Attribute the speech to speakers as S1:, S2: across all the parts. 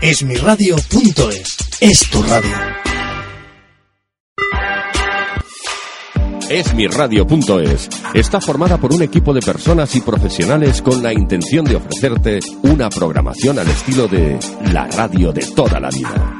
S1: Esmiradio.es es tu radio.
S2: Esmirradio.es está formada por un equipo de personas y profesionales con la intención de ofrecerte una programación al estilo de la radio de toda la vida.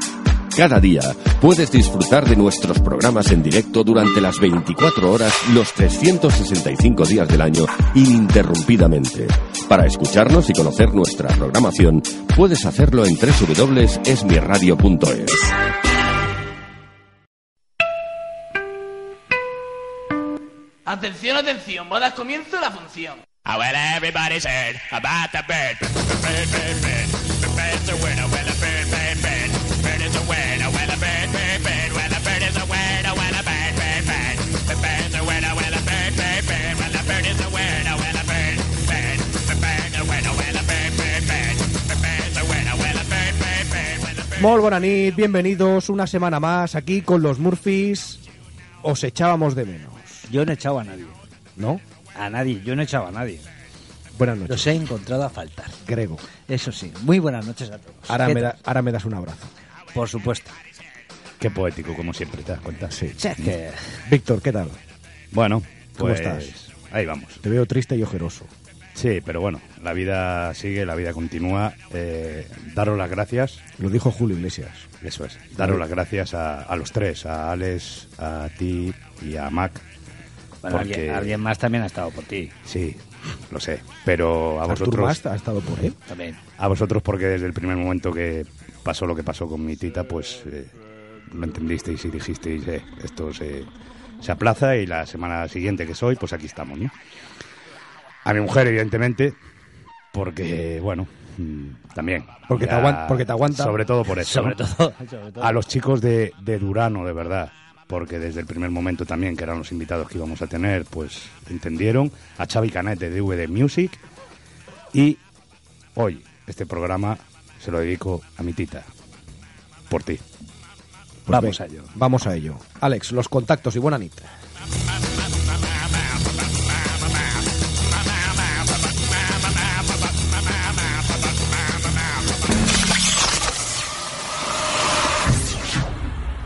S2: Cada día puedes disfrutar de nuestros programas en directo durante las 24 horas, los 365 días del año, ininterrumpidamente. Para escucharnos y conocer nuestra programación, puedes hacerlo en www.esmirradio.es.
S3: Atención, atención, bodas comienzo la función.
S4: I Ah, well, everybody's heard about the bird. Bird, bird, bird. The bird's a word. Oh, well, a bird, bird, bird. Bird is a word. Oh, well, a bird, bird, bird. Well, a bird is a word. Oh, well, a bird, bird, bird. The bird's a word. Oh, well, a bird, bird, bird. Well, a bird is a word. Oh, well, a bird, bird. The bird's a word. Oh, well, a bird, bird, bird. The bird's a word. Oh, well, a bird, bird, bird. Well, a bird.
S5: Muy buena nit, bienvenidos una semana más aquí con los Murphys. Os echábamos de menos,
S6: Yo no he echado a nadie.
S5: ¿no?
S6: A nadie, yo no he echado a nadie.
S5: Buenas noches,
S6: Los he encontrado a faltar.
S5: Grego.
S6: Eso sí, muy buenas noches a todos.
S5: Ahora
S6: ¿Qué
S5: me,
S6: tal?
S5: da- ahora me das un abrazo.
S6: Por supuesto.
S7: Qué poético, como siempre, te das cuenta.
S5: Sí.
S6: Si es que-
S5: Víctor, ¿qué tal?
S7: Bueno,
S5: ¿Cómo
S7: pues
S5: estás?
S7: ahí vamos.
S5: Te veo triste y ojeroso.
S7: Sí, pero bueno, la vida sigue, la vida continúa. Eh, daros las gracias,
S5: Lo dijo Julio Iglesias.
S7: eso es, daros las gracias a, a los tres, a Alex, a ti y a Mac.
S6: bueno,
S7: porque-
S6: alguien, alguien más también ha estado por ti.
S7: Sí, lo sé, pero a
S5: Artur
S7: vosotros...
S5: Mas ha estado por él.
S6: También.
S7: A vosotros porque desde el primer momento que pasó lo que pasó con mi tita, pues eh, lo entendisteis y dijisteis, eh, esto se, se aplaza y la semana siguiente que soy, pues aquí estamos, ¿no? A mi mujer, evidentemente, porque, bueno, mm, también.
S5: Porque te aguan- porque te aguanta.
S7: Sobre todo por eso.
S6: Sobre
S7: ¿no?
S6: todo, sobre todo.
S7: A los chicos de, de Durano, de verdad, porque desde el primer momento también, que eran los invitados que íbamos a tener, pues entendieron. A Xavi Canet de DVD Music. Y hoy, este programa se lo dedico a mi tita. Por ti.
S5: Pues
S6: Vamos
S5: venga,
S6: a ello.
S5: Vamos a ello. Alex, los contactos y buena nit.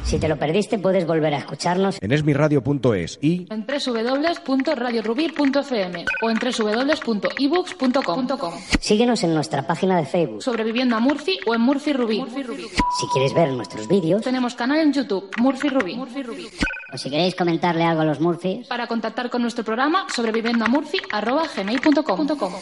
S8: Si te lo perdiste, puedes volver a escucharnos
S5: En esmiradio.es y
S9: en www.radiorubir.fm o en www.ebooks.com
S8: Síguenos en nuestra página de Facebook.
S9: sobre Vivienda Murphy o en Murphy Rubí.
S8: Si quieres ver nuestros vídeos
S9: Tenemos canal en YouTube, Murphy Rubí.
S8: o si queréis comentarle algo a los Murphys,
S9: Para contactar con nuestro programa, sobrevivendamurphy.com.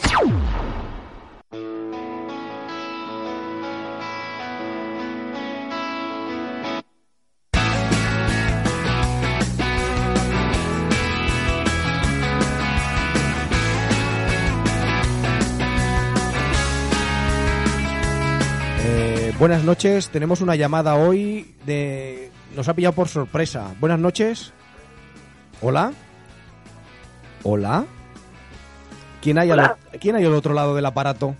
S5: eh, buenas noches. Tenemos una llamada hoy de. Nos ha pillado por sorpresa. Buenas noches. Hola. Hola. ¿Quién hay, al
S10: Hola.
S5: o- ¿Quién hay al otro lado del aparato?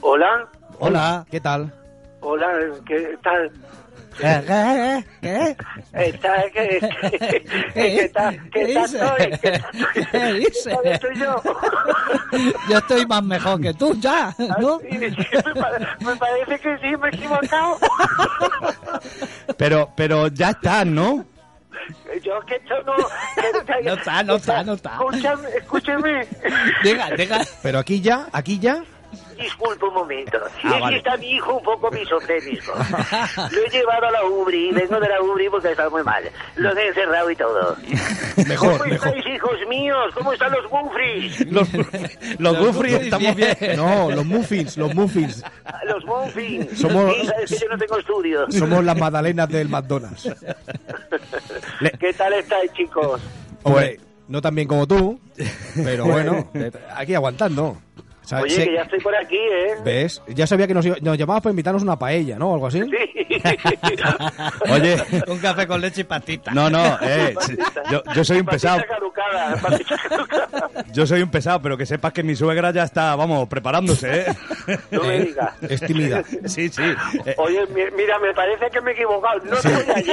S10: Hola,
S6: Hola.
S5: ¿Qué tal?
S10: hola, ¿qué tal?
S6: Eh, eh, eh,
S10: Está- ¿Qué, qué, eh, qué tal? ¿Qué tal
S6: dices?
S10: soy? ¿Qué tal soy?
S6: ¿Qué dices?
S10: ¿Sabes tú y yo?
S6: eh. Yo estoy más mejor que tú ya, ¿no?
S10: Y dice, me, pa- me parece que sí, me he equivocado.
S7: Pero, pero ya está, ¿no?
S10: Yo que esto no... que esto-
S6: No está, no está, no está.
S10: Escúchame, escúcheme.
S6: Diga, diga.
S5: Pero aquí ya, aquí ya.
S10: Disculpe un momento. Si
S6: Ah,
S10: aquí
S6: vale.
S10: está mi hijo un poco misofénico. Lo he llevado a la UBRI, vengo de la UBRI porque está muy mal. Los he encerrado y todo.
S5: Mejor,
S10: ¿Cómo
S5: mejor.
S10: estáis, hijos míos? ¿Cómo están los Bufris?
S7: Los, los, Gufri estamos bien.
S5: No, los muffins, los muffins.
S10: Ah, Los Bufris.
S5: Somos-
S10: Sí, sabes que yo no tengo estudios.
S5: Somos las magdalenas del McDonald's.
S10: ¿Qué tal estáis, chicos?
S5: Hombre, no tan bien como tú, pero bueno, eh, aquí aguantando. sea,
S10: Oye,
S5: sé-
S10: que ya estoy por aquí, ¿eh?
S5: ¿Ves? Ya sabía que nos, iba- nos llamabas para invitarnos una paella, ¿no? O algo así.
S7: Oye.
S6: Un café con leche y patita.
S7: No, no, eh, yo, yo soy un pesado.
S6: Este
S7: Yo soy un pesado, pero que sepas que mi suegra ya está, vamos, preparándose, ¿eh?
S10: No me digas.
S5: Es tímida.
S7: Sí, sí. Eh,
S10: Oye, mi- mira, me parece que me he equivocado. No estoy allí.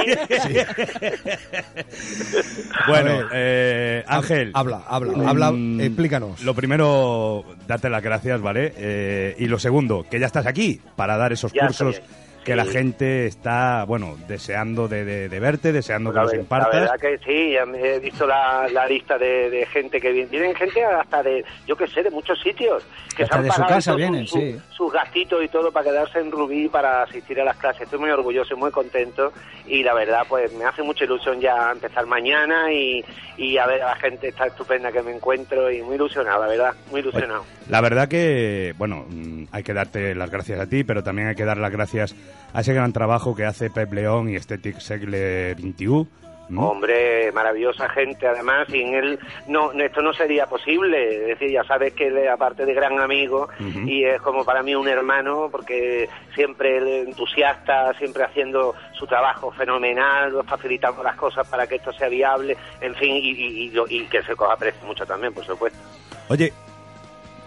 S5: A
S7: Bueno,
S5: ver.
S7: eh, Ángel.
S5: Habla, habla, habla,
S7: mm,
S5: explícanos.
S7: Lo primero, darte las gracias, ¿vale? Eh, y lo segundo, que ya estás aquí para dar esos
S10: Ya estoy
S7: cursos
S10: aquí,
S7: que
S10: sí.
S7: la gente está, bueno, deseando de, de- de verte, deseando
S10: La
S7: que los
S10: ver-
S7: impartas.
S10: La verdad que sí, ya me he visto la, la lista de, de gente que viene. Vienen gente hasta de, yo qué sé, de muchos sitios. Que
S6: Hasta de su
S10: pagado
S6: casa
S10: todo
S6: vienen,
S10: su-
S6: sí.
S10: Sus gastitos y todo para quedarse en Rubí para asistir a las clases. Estoy muy orgulloso y muy contento. Y la verdad, pues me hace mucha ilusión ya empezar mañana y, y a ver a la gente está estupenda que me encuentro y muy ilusionado, la verdad, muy
S7: Oye,
S10: ilusionado.
S7: La verdad que, bueno, mm, hay que darte las gracias a ti, pero también hay que dar las gracias a ese gran trabajo que hace Pep León y Aesthetic Segle 21. ¿no?
S10: Hombre, maravillosa gente, además, sin él no, no, esto no sería posible. Es decir, ya sabes que él, aparte de gran amigo,
S7: Ujú.
S10: y es como para mí un hermano, porque siempre él entusiasta, siempre haciendo su trabajo fenomenal, facilitando las cosas para que esto sea viable, en fin, y, y- y yo- y que se coja precio mucho también, por supuesto.
S7: Oye,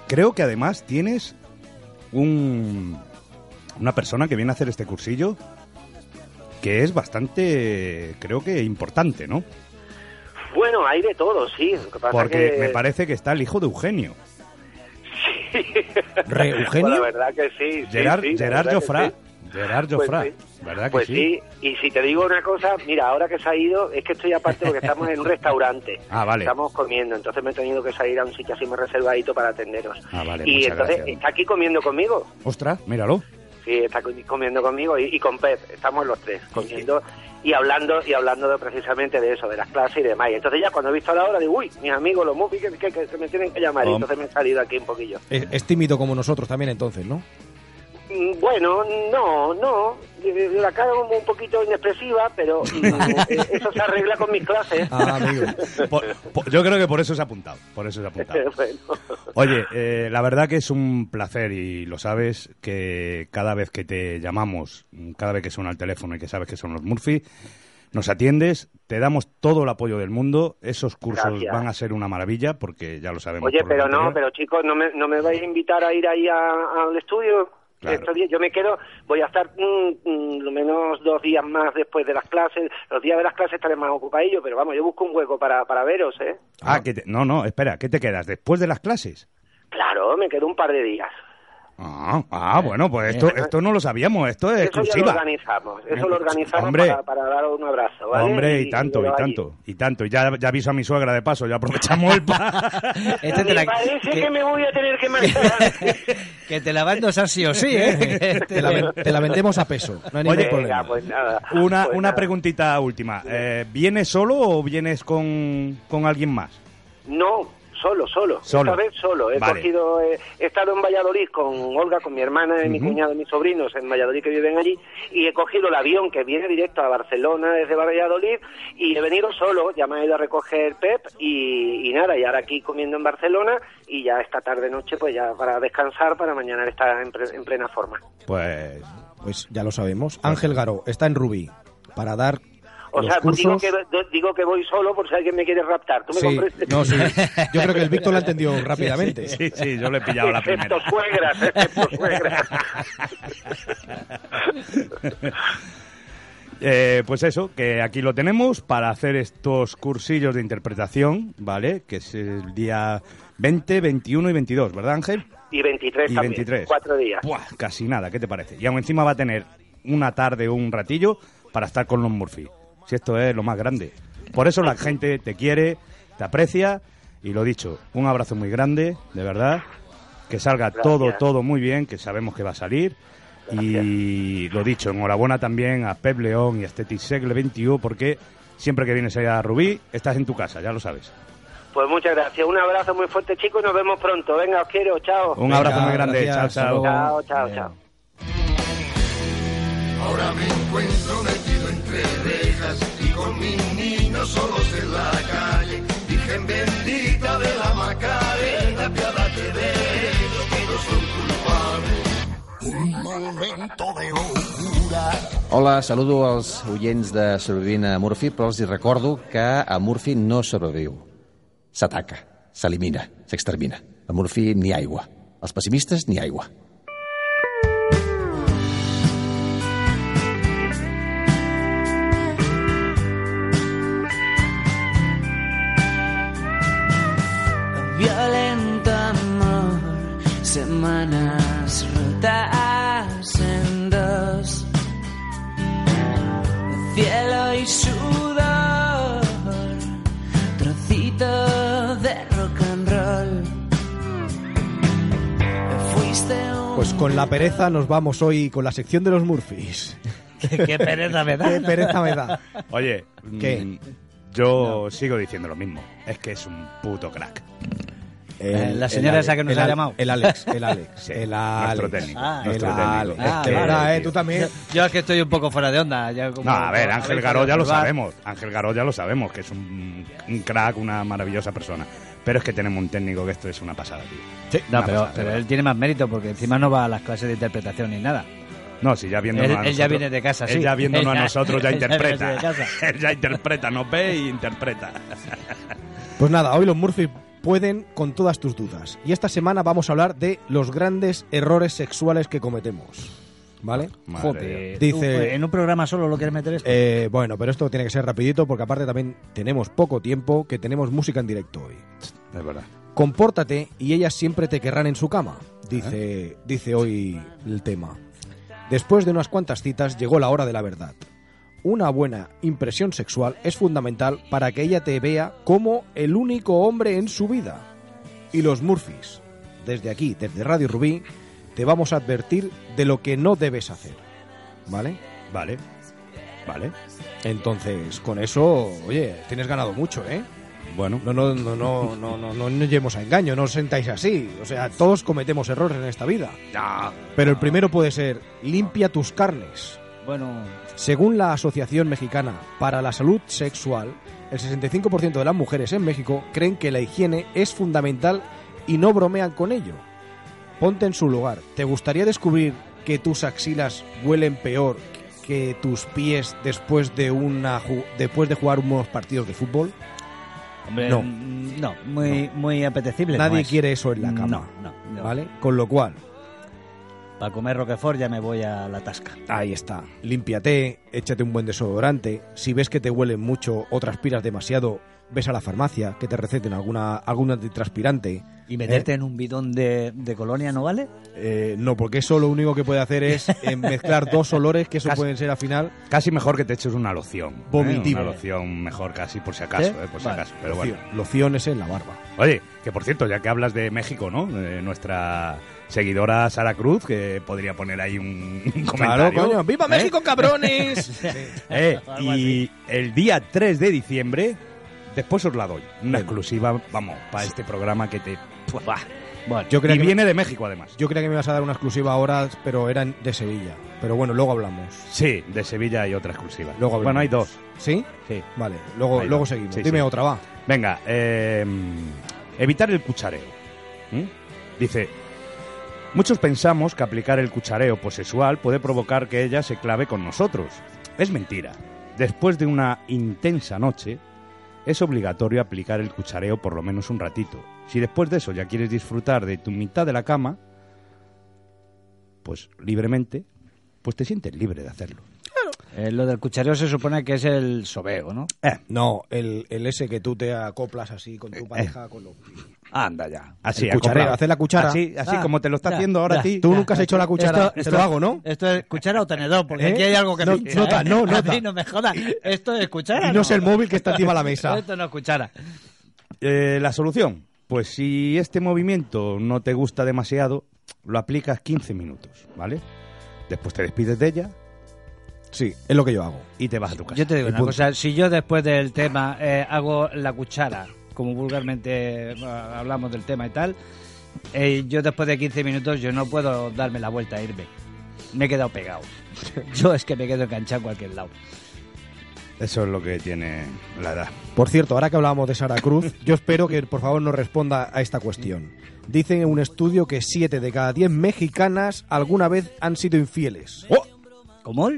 S7: creo que además tienes un, una persona que viene a hacer este cursillo que es bastante, creo que importante, ¿no?
S10: Bueno, hay de todo, sí. Lo que pasa
S7: Porque
S10: que-
S7: me parece que está el hijo de Eugenio,
S5: Re-
S10: Pues la
S5: Eugenio.
S10: verdad que sí. sí,
S7: Gerard,
S10: sí, la
S7: Gerard
S10: verdad que
S7: Jofra.
S10: sí.
S7: Gerard
S10: Pues
S7: Jofra,
S10: sí.
S7: ¿verdad que
S10: Pues
S7: sí?
S10: sí, y si te digo una cosa, mira, ahora que se ha ido, es que estoy aparte porque estamos en un restaurante.
S7: Ah, vale.
S10: Estamos comiendo, entonces me he tenido que salir a un sitio así muy reservadito para atenderos.
S7: Ah, vale,
S10: y
S7: muchas
S10: entonces eh,
S7: gracias.
S10: está aquí comiendo conmigo.
S7: Ostras, míralo.
S10: Sí, está co- comiendo conmigo y, y con Pep. Estamos los tres comiendo y hablando y hablando de- precisamente de eso, de las clases y demás. Y entonces ya cuando he visto la hora digo, uy, mis amigos, los mufi que, que- que me tienen que llamar. Y
S7: Hom-
S10: entonces me he salido aquí un poquillo.
S5: Es, es tímido como nosotros también entonces, ¿no?
S10: Mm, Bueno, no, no. Eh, La cara como un poquito inexpresiva, pero mm, eh, eso se arregla con mis clases.
S5: Ah, amigo.
S7: Por- por- yo creo que por eso se ha apuntado. Por eso se ha apuntado.
S10: Bueno,
S7: Oye, eh, la verdad que es un placer y lo sabes que cada vez que te llamamos, cada vez que suena el teléfono y que sabes que son los Murphy, nos atiendes, te damos todo el apoyo del mundo. Esos cursos
S10: Gracias.
S7: van a ser una maravilla porque ya lo sabemos.
S10: Oye,
S7: por lo
S10: pero no,
S7: anterior.
S10: pero chicos, no me, no me vais a invitar a ir ahí a- al estudio.
S7: Claro.
S10: Estos días- yo me quedo, voy a estar mm, mm, lo menos dos días más después de las clases. Los días de las clases estaré más ocupadillo, pero vamos, yo busco un hueco para, para veros, ¿eh?
S7: Ah, que te- no, no, espera, ¿qué te quedas? ¿Después de las clases?
S10: Claro, me quedo un par de días.
S7: Ah, ah, bueno, pues esto, esto no lo sabíamos, esto
S10: Eh, Eso ya
S7: es
S10: lo
S7: exclusiva.
S10: organizamos, eso lo organizamos
S7: Hombre.
S10: para, para daros un abrazo, ¿vale?
S7: Hombre, y tanto, y
S10: luego allí.
S7: tanto, y tanto. Y ya, ya aviso a mi suegra de paso, ya aprovechamos el pa-
S6: Este te
S10: Me
S6: la,
S10: parece que...
S6: que,
S10: me voy a tener que marchar.
S6: que te la va a endosar sí o sí, ¿eh?
S5: Te la, ven- te la vendemos a peso. No hay ningún
S7: Oye,
S5: problema.
S10: Venga, pues nada.
S7: Una,
S10: Pues
S7: una
S10: nada.
S7: preguntita última. Eh, ¿Vienes solo o vienes con, con alguien más?
S10: No, solo, solo.
S7: Solo.
S10: Esta vez solo. He,
S7: Vale.
S10: cogido, eh, he estado en Valladolid con Olga, con mi hermana, y mi
S7: Ujú.
S10: cuñado y mis sobrinos en Valladolid que viven allí. Y he cogido el avión que viene directo a Barcelona desde Valladolid. Y he venido solo. Ya me ha ido a recoger Pep. Y, y nada, y ahora aquí comiendo en Barcelona. Y ya esta tarde-noche, pues ya para descansar, para mañana estar en, pre- en plena forma.
S7: Pues
S5: Pues ya lo sabemos. Ángel Garó está en Rubí para dar
S10: O
S5: los
S10: sea, pues digo
S5: cursos.
S10: que, digo que voy solo por si alguien me quiere raptar. ¿Tú me
S5: Sí,
S10: comprendes?
S5: no, sí. Yo creo que el Víctor la entendió rápidamente.
S7: sí, sí, yo le he pillado la primera.
S10: Excepto suegras, este, excepto suegras.
S7: Eh, pues eso, que aquí lo tenemos para hacer estos cursillos de interpretación, ¿vale? Que es el día 20, 21 y 22, ¿verdad, Ángel?
S10: Y 23
S7: Y
S10: también.
S7: 23.
S10: Cuatro días.
S7: Buah, casi nada, ¿qué te parece? Y aún encima va a tener una tarde o un ratillo para estar con los Murphy. Si esto es lo más grande. Por eso la gente te quiere, te aprecia y lo dicho, un abrazo muy grande, de verdad. Que salga
S10: Gracias.
S7: todo, todo muy bien, que sabemos que va a salir. Y lo dicho, enhorabuena también a Pep León y a Aesthetic Segle 21 porque siempre que vienes allá a Rubí, estás en tu casa, ya lo sabes.
S10: Pues muchas gracias. Un abrazo muy fuerte, chicos, y nos vemos pronto. Venga, os quiero. Chao.
S7: Un abrazo muy grande,
S5: gracias,
S7: chao,
S5: hasta
S7: chao.
S5: luego.
S10: Chao, chao, chao.
S4: Macarena, piádate de ellos, que
S11: Hola, saludo als oients de Sobrevivint a Murphy, però els hi recordo que a Murphy no sobreviu. S'ataca, s'elimina, s'extermina. A Murphy ni aigua. Els pessimistes ni aigua.
S12: Violento amor, semanas rotas en dos. Cielo y sudor, trocito de rock and roll. Fuiste un
S5: Pues con la pereza nos vamos hoy con la sección de los Murphys.
S6: Qué pereza me da.
S5: Qué pereza me da.
S7: Oye,
S5: ¿Qué?
S7: mm, yo sigo diciendo lo mismo. Es que es un puto crack.
S5: Eh, la señora esa que nos ha llamado. el Alex, el Alex, el
S7: Nuestro
S5: Alex.
S7: técnico.
S5: Ah,
S7: nuestro
S5: el
S7: técnico.
S5: Alex.
S7: Es
S5: Ah,
S7: que-
S5: vale, eh,
S7: tío.
S5: tú también.
S6: Yo es que estoy un poco fuera de onda. ya como-
S7: No, a ver, Ángel
S6: habéis
S7: Garó ya lo
S6: observar.
S7: sabemos. Ángel Garó ya lo sabemos, que es un, un crack, una maravillosa persona. Pero es que tenemos un técnico que esto es una pasada, tío.
S6: No,
S7: Una
S6: pero,
S7: pasada,
S6: pero
S5: ¿eh?
S7: de
S6: él tiene más mérito porque encima no va a las clases de interpretación ni nada.
S7: verdad. No, si ya viéndonos
S6: Él-
S7: a
S6: él ya
S7: nosotros-
S6: viene de casa, sí.
S7: Él ya viéndonos
S6: Él
S7: a
S6: ya-
S7: nosotros ya
S6: él ya viene
S7: interpreta.
S6: de casa.
S7: él ya interpreta, nos ve y interpreta.
S5: Pues nada, hoy los Murphy pueden con todas tus dudas. Y esta semana vamos a hablar de los grandes errores sexuales que cometemos. ¿Vale?
S6: Joder.
S5: Dice-
S6: Uf, eh, en un programa solo lo quieres meter esto.
S5: Eh, bueno, pero esto tiene que ser rapidito porque aparte también tenemos poco tiempo, que tenemos música en directo hoy.
S7: Es verdad.
S5: Compórtate y ellas siempre te querrán en su cama, dice, dice hoy el tema. Después de unas cuantas citas llegó la hora de la verdad. Una buena impresión sexual es fundamental para que ella te vea como el único hombre en su vida. Y los Murphys, desde aquí, desde Radio Rubí, te vamos a advertir de lo que no debes hacer. ¿Vale?
S7: Vale. Vale.
S5: Entonces, con eso, oye, tienes ganado mucho, ¿eh?
S7: Bueno.
S5: No, no, no, no, no, no, no, no lleguemos a engaño, no os sentáis así. O sea, todos cometemos errores en esta vida. Pero el primero puede ser, limpia tus carnes.
S6: Bueno,
S5: Según la Asociación Mexicana para la Salud Sexual, el 65% de las mujeres en México creen que la higiene es fundamental y no bromean con ello. Ponte en su lugar. ¿Te gustaría descubrir que tus axilas huelen peor que tus pies después de una ju- después de jugar unos partidos de fútbol?
S6: hombre,
S5: No.
S6: mm, no, muy, muy apetecible. no
S5: Nadie
S6: es.
S5: quiere eso en la cama.
S6: No, no, no.
S5: ¿Vale? Con lo cual,
S6: Para comer Roquefort ya me voy a la tasca.
S5: Ahí está. Ah. Límpiate, échate un buen desodorante. Si ves que te huelen mucho o transpiras demasiado, ves a la farmacia que te receten alguna, algún antitranspirante.
S6: ¿Y meterte en un bidón de, de colonia no vale?
S5: Eh, no, porque eso lo único que puede hacer es eh, mezclar dos olores que eso pueden ser al final.
S7: Casi mejor que te eches una loción.
S5: Vomitivo.
S7: Vomitiva. Una loción mejor casi, por si acaso,
S5: ¿Sí?
S7: eh, por si
S5: Vale.
S7: acaso. Pero
S5: Loción.
S7: bueno.
S5: Loción es en la barba.
S7: Oye, que por cierto, ya que hablas de México, ¿no? Eh, nuestra seguidora Sara Cruz, que podría poner ahí un, un comentario.
S5: coño. ¡Viva
S7: ¿Eh?
S5: México, cabrones!
S7: Eh, y el día 3 de diciembre, después os la doy. Una exclusiva, vamos, para este programa que te... Pues, va.
S5: Yo creía
S7: y
S5: que-
S7: viene de México, además.
S5: Yo creía que me ibas a dar una exclusiva ahora, pero era en- de Sevilla. Pero bueno, luego hablamos.
S7: Sí, de Sevilla hay otra exclusiva.
S5: Luego hablamos.
S7: bueno, hay dos.
S5: ¿Sí?
S7: Sí.
S5: Vale, luego,
S7: Ahí va.
S5: luego seguimos.
S7: Sí,
S5: Dime
S7: sí.
S5: otra, va.
S7: Venga, eh, evitar el cuchareo. ¿Mm? Dice, muchos pensamos que aplicar el cuchareo posexual puede provocar que ella se clave con nosotros. Es mentira. Después de una intensa noche, es obligatorio aplicar el cuchareo por lo menos un ratito. Si después de eso ya quieres disfrutar de tu mitad de la cama, pues libremente, pues te sientes libre de hacerlo.
S6: Eh, lo del cuchareo se supone que es el sobeo, ¿no?
S5: Eh, No, el, el ese que tú te acoplas así con
S6: Eh,
S5: tu pareja, con los
S6: Anda ya.
S7: Así,
S5: El cuchareo,
S7: acoplado.
S5: hacer la cuchara.
S7: Así, así
S6: Ah,
S7: como te lo está
S6: ya,
S7: haciendo ahora
S6: ya.
S7: a ti.
S5: Tú nunca has hecho la cuchara,
S6: Esto-
S5: te
S6: esto-
S5: lo hago, ¿no?
S6: Esto es cuchara o tenedor, porque
S5: ¿Eh?
S6: aquí hay algo que
S5: No-
S6: pincha,
S5: nota,
S6: ¿eh?
S5: no,
S6: A
S5: nota.
S6: mí no me jodas. Esto es cuchara.
S5: Y no es el móvil que está encima de la mesa.
S6: Esto no es cuchara.
S7: Eh, la solución, pues si este movimiento no te gusta demasiado, lo aplicas 15 minutos, ¿vale? Después te despides de ella
S5: Sí, es lo que yo hago.
S7: y te vas a tu casa.
S5: Pues,
S6: Yo te digo
S7: Y
S6: una
S7: punto.
S6: cosa, si yo después del tema eh, hago la cuchara, como vulgarmente eh, hablamos del tema y tal, eh, yo después de 15 minutos yo no puedo darme la vuelta e irme. Me he quedado pegado. Yo es que me quedo enganchado en cualquier lado.
S7: Eso es lo que tiene la edad.
S5: Por cierto, ahora que hablábamos de Sara Cruz, yo espero que por favor nos responda a esta cuestión. Dicen en un estudio que 7 de cada 10 mexicanas alguna vez han sido infieles.
S7: ¡Oh!
S6: ¿Cómo?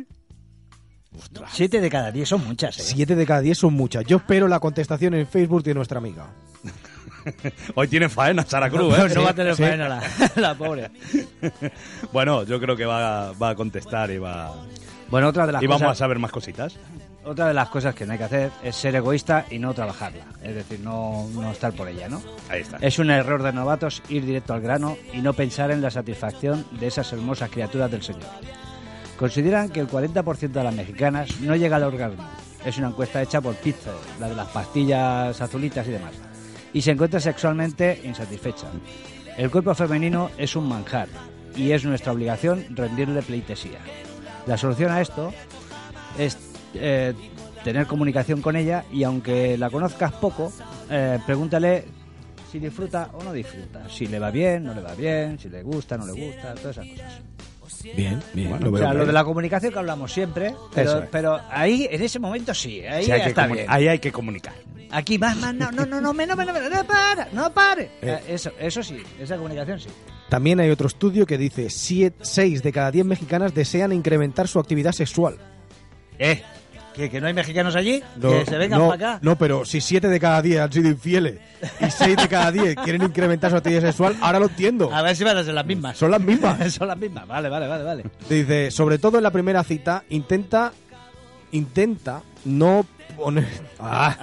S6: Siete de cada diez son muchas. ¿eh?
S5: 7 de cada 10 son muchas. Yo espero la contestación en Facebook de nuestra amiga.
S7: Hoy tiene faena Sara Cruz,
S6: no,
S7: ¿eh?
S6: no va a tener
S7: Sí.
S6: faena la, la pobre.
S7: Bueno, yo creo que va, va a contestar y va.
S6: Bueno, otra de las
S7: Y vamos
S6: cosas-
S7: a saber más cositas.
S6: Otra de las cosas que no hay que hacer es ser egoísta y no trabajarla. Es decir, no, no estar por ella, ¿no?
S7: Ahí está.
S6: Es un error de novatos ir directo al grano y no pensar en la satisfacción de esas hermosas criaturas del Señor. Consideran que el 40% de las mexicanas no llega al orgasmo. Es una encuesta hecha por Pizza, la de las pastillas azulitas y demás. Y se encuentra sexualmente insatisfecha. El cuerpo femenino es un manjar y es nuestra obligación rendirle pleitesía. La solución a esto es eh, tener comunicación con ella y aunque la conozcas poco, eh, pregúntale si disfruta o no disfruta, si le va bien, no le va bien, si le gusta, no le gusta, todas esas cosas.
S5: Bien, bien.
S6: o sea, lo de la comunicación que hablamos siempre,
S5: Eso
S6: pero,
S5: es.
S6: pero ahí, en ese momento sí, ahí
S7: Sí, hay que
S6: está
S7: comuni-
S6: bien.
S7: ahí hay que comunicar.
S6: Aquí más, más, no, no, no, no, menos, menos, menos, no para, no pare. Eh, Eso, eso sí, esa comunicación sí.
S5: También hay otro estudio que dice 6 de cada 10 mexicanas desean incrementar su actividad sexual.
S6: Eh, que, que no hay mexicanos allí,
S5: No,
S6: que se vengan
S5: no,
S6: para acá.
S5: No, pero si 7 de cada 10 han sido infieles y 6 de cada 10 quieren incrementar su actividad sexual, ahora lo entiendo.
S6: A ver si van a ser las mismas.
S5: Son las mismas.
S6: Son las mismas, vale, vale, vale, vale.
S5: Dice, sobre todo en la primera cita, intenta intenta no poner Ah.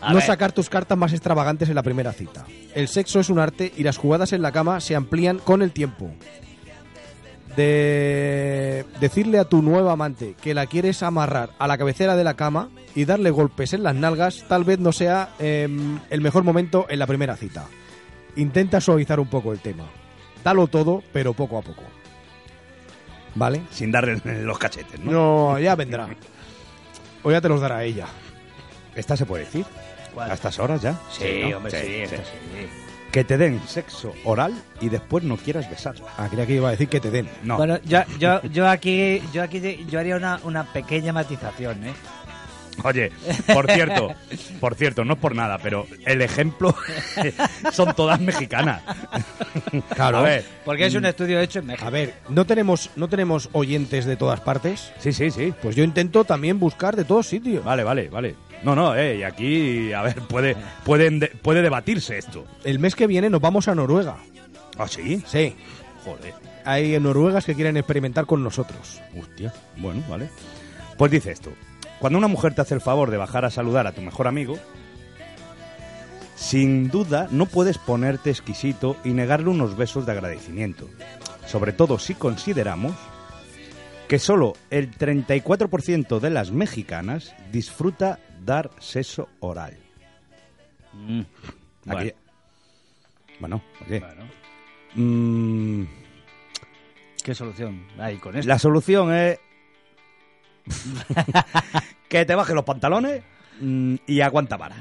S6: A
S5: no
S6: ver.
S5: sacar tus cartas más extravagantes en la primera cita. El sexo es un arte y las jugadas en la cama se amplían con el tiempo. De decirle a tu nueva amante que la quieres amarrar a la cabecera de la cama y darle golpes en las nalgas tal vez no sea em, el mejor momento en la primera cita. Intenta suavizar un poco el tema. Dalo todo, pero poco a poco. ¿Vale?
S7: Sin darle los cachetes, ¿no?
S5: No, ya vendrá. O ya te los dará ella.
S7: ¿Esta se puede decir?
S6: ¿Cuál?
S7: ¿A estas horas ya?
S6: Sí,
S7: ¿no?
S6: hombre, sí, esta sí.
S7: Que te den sexo oral y después no quieras besarla.
S5: Ah, creía que iba a decir que te den.
S7: No.
S6: Bueno, yo, yo, yo aquí, yo aquí de- yo haría una, una pequeña matización, ¿eh?
S7: Oye, por cierto, por cierto, no es por nada, pero el ejemplo son todas mexicanas.
S5: Claro.
S7: A ver.
S6: Porque es un estudio hecho en México.
S5: A ver, ¿no tenemos, ¿no tenemos oyentes de todas partes?
S7: Sí, sí, sí.
S5: Pues yo intento también buscar de todos sitios.
S7: Vale, vale, vale. No, no, eh, y aquí, a ver, puede, pueden de- puede debatirse esto.
S5: El mes que viene nos vamos a Noruega.
S7: ¿Ah, sí?
S5: Sí.
S7: Joder.
S5: Hay noruegas que quieren experimentar con nosotros.
S7: Hostia. Bueno, vale. Pues dice esto. Cuando una mujer te hace el favor de bajar a saludar a tu mejor amigo, sin duda no puedes ponerte exquisito y negarle unos besos de agradecimiento. Sobre todo si consideramos que solo el 34% de las mexicanas disfruta dar sexo oral. Aquí- Bueno, oye. Mm,
S6: ¿Qué solución hay con esto?
S7: La solución es que te bajes los pantalones mm, y aguanta vara.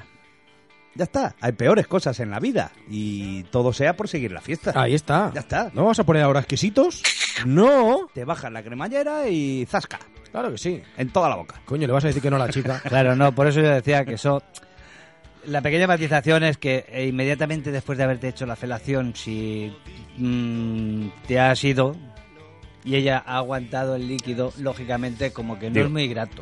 S7: Ya está, hay peores cosas en la vida y todo sea por seguir la fiesta.
S5: Ahí está.
S7: Ya está.
S5: ¿No vamos a poner ahora exquisitos? No.
S7: Te bajas la cremallera y zasca,
S5: Claro que sí.
S7: en toda la boca.
S5: Coño, le vas a decir que no a la chica.
S6: Claro, no, por eso yo decía que eso... La pequeña matización es que eh, inmediatamente después de haberte hecho la felación, si mm, te has ido y ella ha aguantado el líquido, lógicamente como que no
S7: Digo,
S6: es muy grato.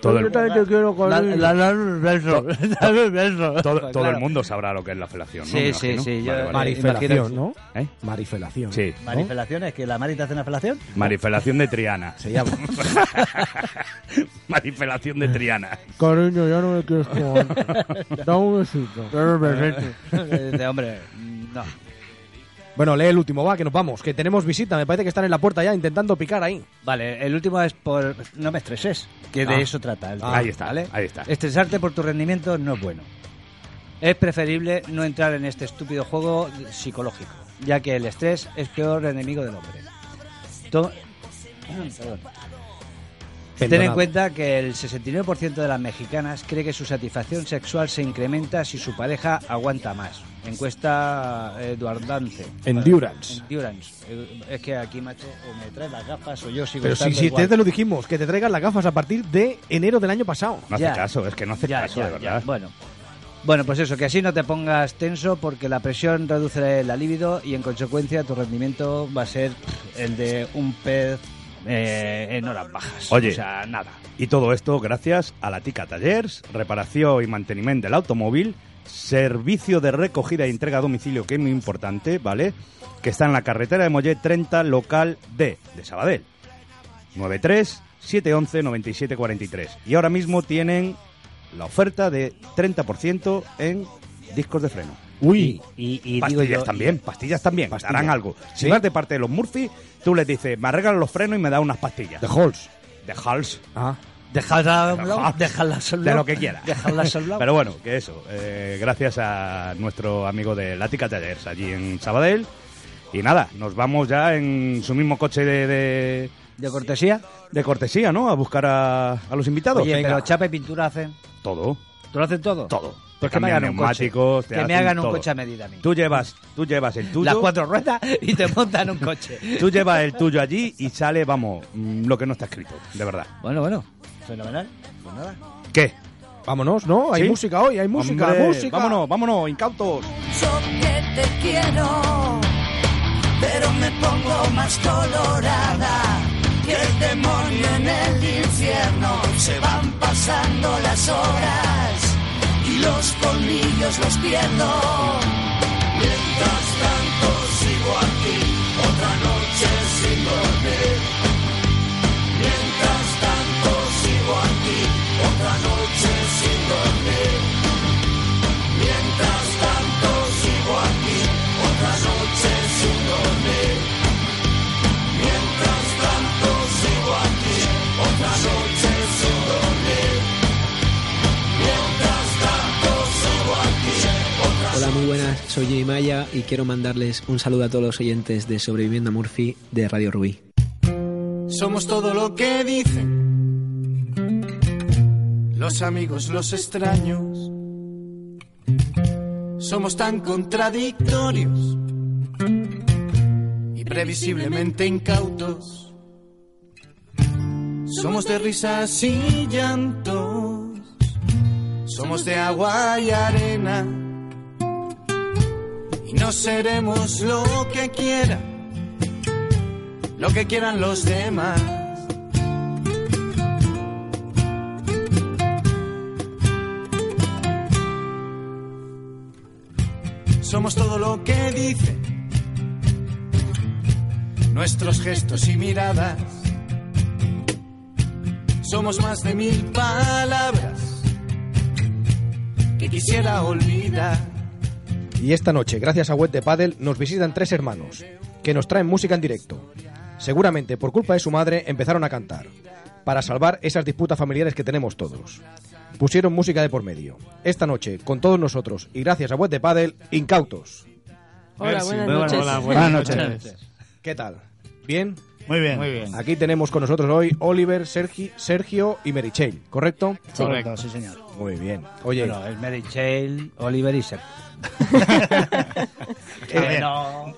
S7: todo el-
S6: Dale- dale al beso, dale al beso.
S7: Todo,
S6: Pues
S7: todo
S6: claro.
S7: el mundo sabrá lo que es la felación, ¿no?
S6: Sí,
S7: Me
S6: sí,
S7: imagino.
S6: sí, yo-
S7: Vale, vale.
S5: Marifelación, ¿no?
S7: ¿Eh?
S5: Marifelación.
S7: Sí.
S5: ¿no?
S6: ¿Marifelación? ¿Es que la Mari te hace una felación?
S7: Marifelación de Triana.
S5: Se llama.
S7: Marifelación de Triana.
S5: Cariño, ya no me quieres jugar. Dame un besito.
S6: Dice, hombre, Mm, no.
S5: Bueno, lee el último, va, que nos vamos. Que tenemos visita. Me parece que están en la puerta ya intentando picar ahí.
S6: Vale, el último es por no me estreses, que
S5: Ah.
S6: de eso trata. el tema,
S7: ahí está, ahí está.
S6: Estresarte por tu rendimiento no es bueno. Es preferible no entrar en este estúpido juego psicológico, ya que el estrés es peor enemigo del hombre. To- Perdón. Ah, Ten en
S5: Perdonad.
S6: cuenta que el 69% de las mexicanas cree que su satisfacción sexual se incrementa si su pareja aguanta más. Encuesta Eduardance.
S5: Endurance.
S6: Endurance. Eh, Es que aquí, macho, o me traes las gafas o yo sigo
S5: Pero si,
S6: estando
S5: si
S6: igual.
S5: te, te lo dijimos, que te traigan las gafas a partir de enero del año pasado.
S6: No hace Ya. caso,
S7: es que no hace
S6: caso, de verdad. Bueno. Bueno, pues eso, que así no te pongas tenso porque la presión reduce la libido y en consecuencia tu rendimiento va a ser pff, el de un pez eh, en horas bajas.
S7: Oye,
S6: O sea, nada.
S7: Y todo esto gracias a la Tica Tallers, reparació i manteniment de l'automòbil, servicio de recogida y entrega a domicilio, que es muy importante, ¿vale? Que está en la carretera de Mollet 30, local D, de Sabadell. 93 711 9743. Y ahora mismo tienen la oferta de 30% en discos de freno.
S5: Uy,
S6: y,
S7: pastillas
S5: digo yo,
S7: también,
S5: y-
S7: pastillas también,
S5: Pastillas.
S7: harán algo. Si
S5: Sí.
S7: vas de parte de los Murphy, tú les dices, me arreglan los frenos y me da unas pastillas.
S5: De Halls.
S7: De Halls.
S5: Ah.
S6: Dejadla a
S7: De
S6: un lado,
S7: Halls.
S6: dejadla solo.
S7: De lo que quieras.
S6: Dejadla solo.
S7: Pero bueno, que eso. eh, gracias a nuestro amigo de Lática Tallers allí en Sabadell. Y nada, nos vamos ya en su mismo coche de... ¿De,
S6: cortesía?
S7: De cortesía, ¿no? A buscar a, a los invitados.
S6: Oye,
S7: Venga.
S6: pero chapa y pintura hacen.
S7: Todo.
S6: ¿Tú lo haces todo?
S7: Todo.
S6: Pues
S7: Te
S6: que me
S7: cambian
S6: hagan un coche.
S7: neumáticos, te
S6: Que me
S7: hacen
S6: hagan un
S7: todo.
S6: coche a medida a mí.
S7: Tú llevas, tú llevas el tuyo.
S6: Las cuatro ruedas y te montan un coche.
S7: Tú llevas el tuyo allí y sale, vamos, mm, lo que no está escrito, de verdad.
S6: Bueno, bueno. Fenomenal. Pues nada.
S7: ¿Qué?
S5: Vámonos, ¿no? Hay
S7: ¿Sí?
S5: música hoy, hay música,
S7: Hombre,
S5: música.
S7: Vámonos, vámonos, incautos.
S12: Yo que te quiero, pero me pongo más colorada que el demonio en el infierno. Se van pasando las horas y los colmillos los pierdo. Mientras tanto sigo aquí, otra noche sin dormir. Mientras tanto sigo aquí, otra noche sin dormir. Mientras tanto sigo aquí, otra noche sin dormir. Mientras tanto sigo aquí, otra noche sin dormir. Mientras tanto sigo aquí, otra
S13: Hola, muy buenas, soy Jay Maya y quiero mandarles un saludo a todos los oyentes de Sobreviviendo a Murphy de Radio Rubí.
S14: Somos todo lo que dicen los amigos, los extraños. Somos tan contradictorios y previsiblemente incautos. Somos de risas y llantos. Somos de agua y arena. Y no seremos lo que quiera lo que quieran los demás. Somos todo lo que dicen nuestros gestos y miradas. Somos más de mil palabras que quisiera olvidar.
S5: Y esta noche, gracias a Web de Paddle, nos visitan tres hermanos, que nos traen música en directo. Seguramente, por culpa de su madre, empezaron a cantar, para salvar esas disputas familiares que tenemos todos. Pusieron música de por medio. Esta noche, con todos nosotros, y gracias a Web de Paddle, Incautos.
S15: Hola, buenas
S5: Muy
S15: noches.
S5: buenas, buenas noches. ¿Qué tal? ¿Bien?
S15: Muy bien. Muy bien.
S5: Aquí tenemos con nosotros hoy Oliver, Sergi, Sergio y Merichel, ¿correcto?
S6: Correcto, sí, señor.
S5: Muy bien. Oye,
S6: Bueno, el Mary Chale, Oliver Isaac.
S5: Eh,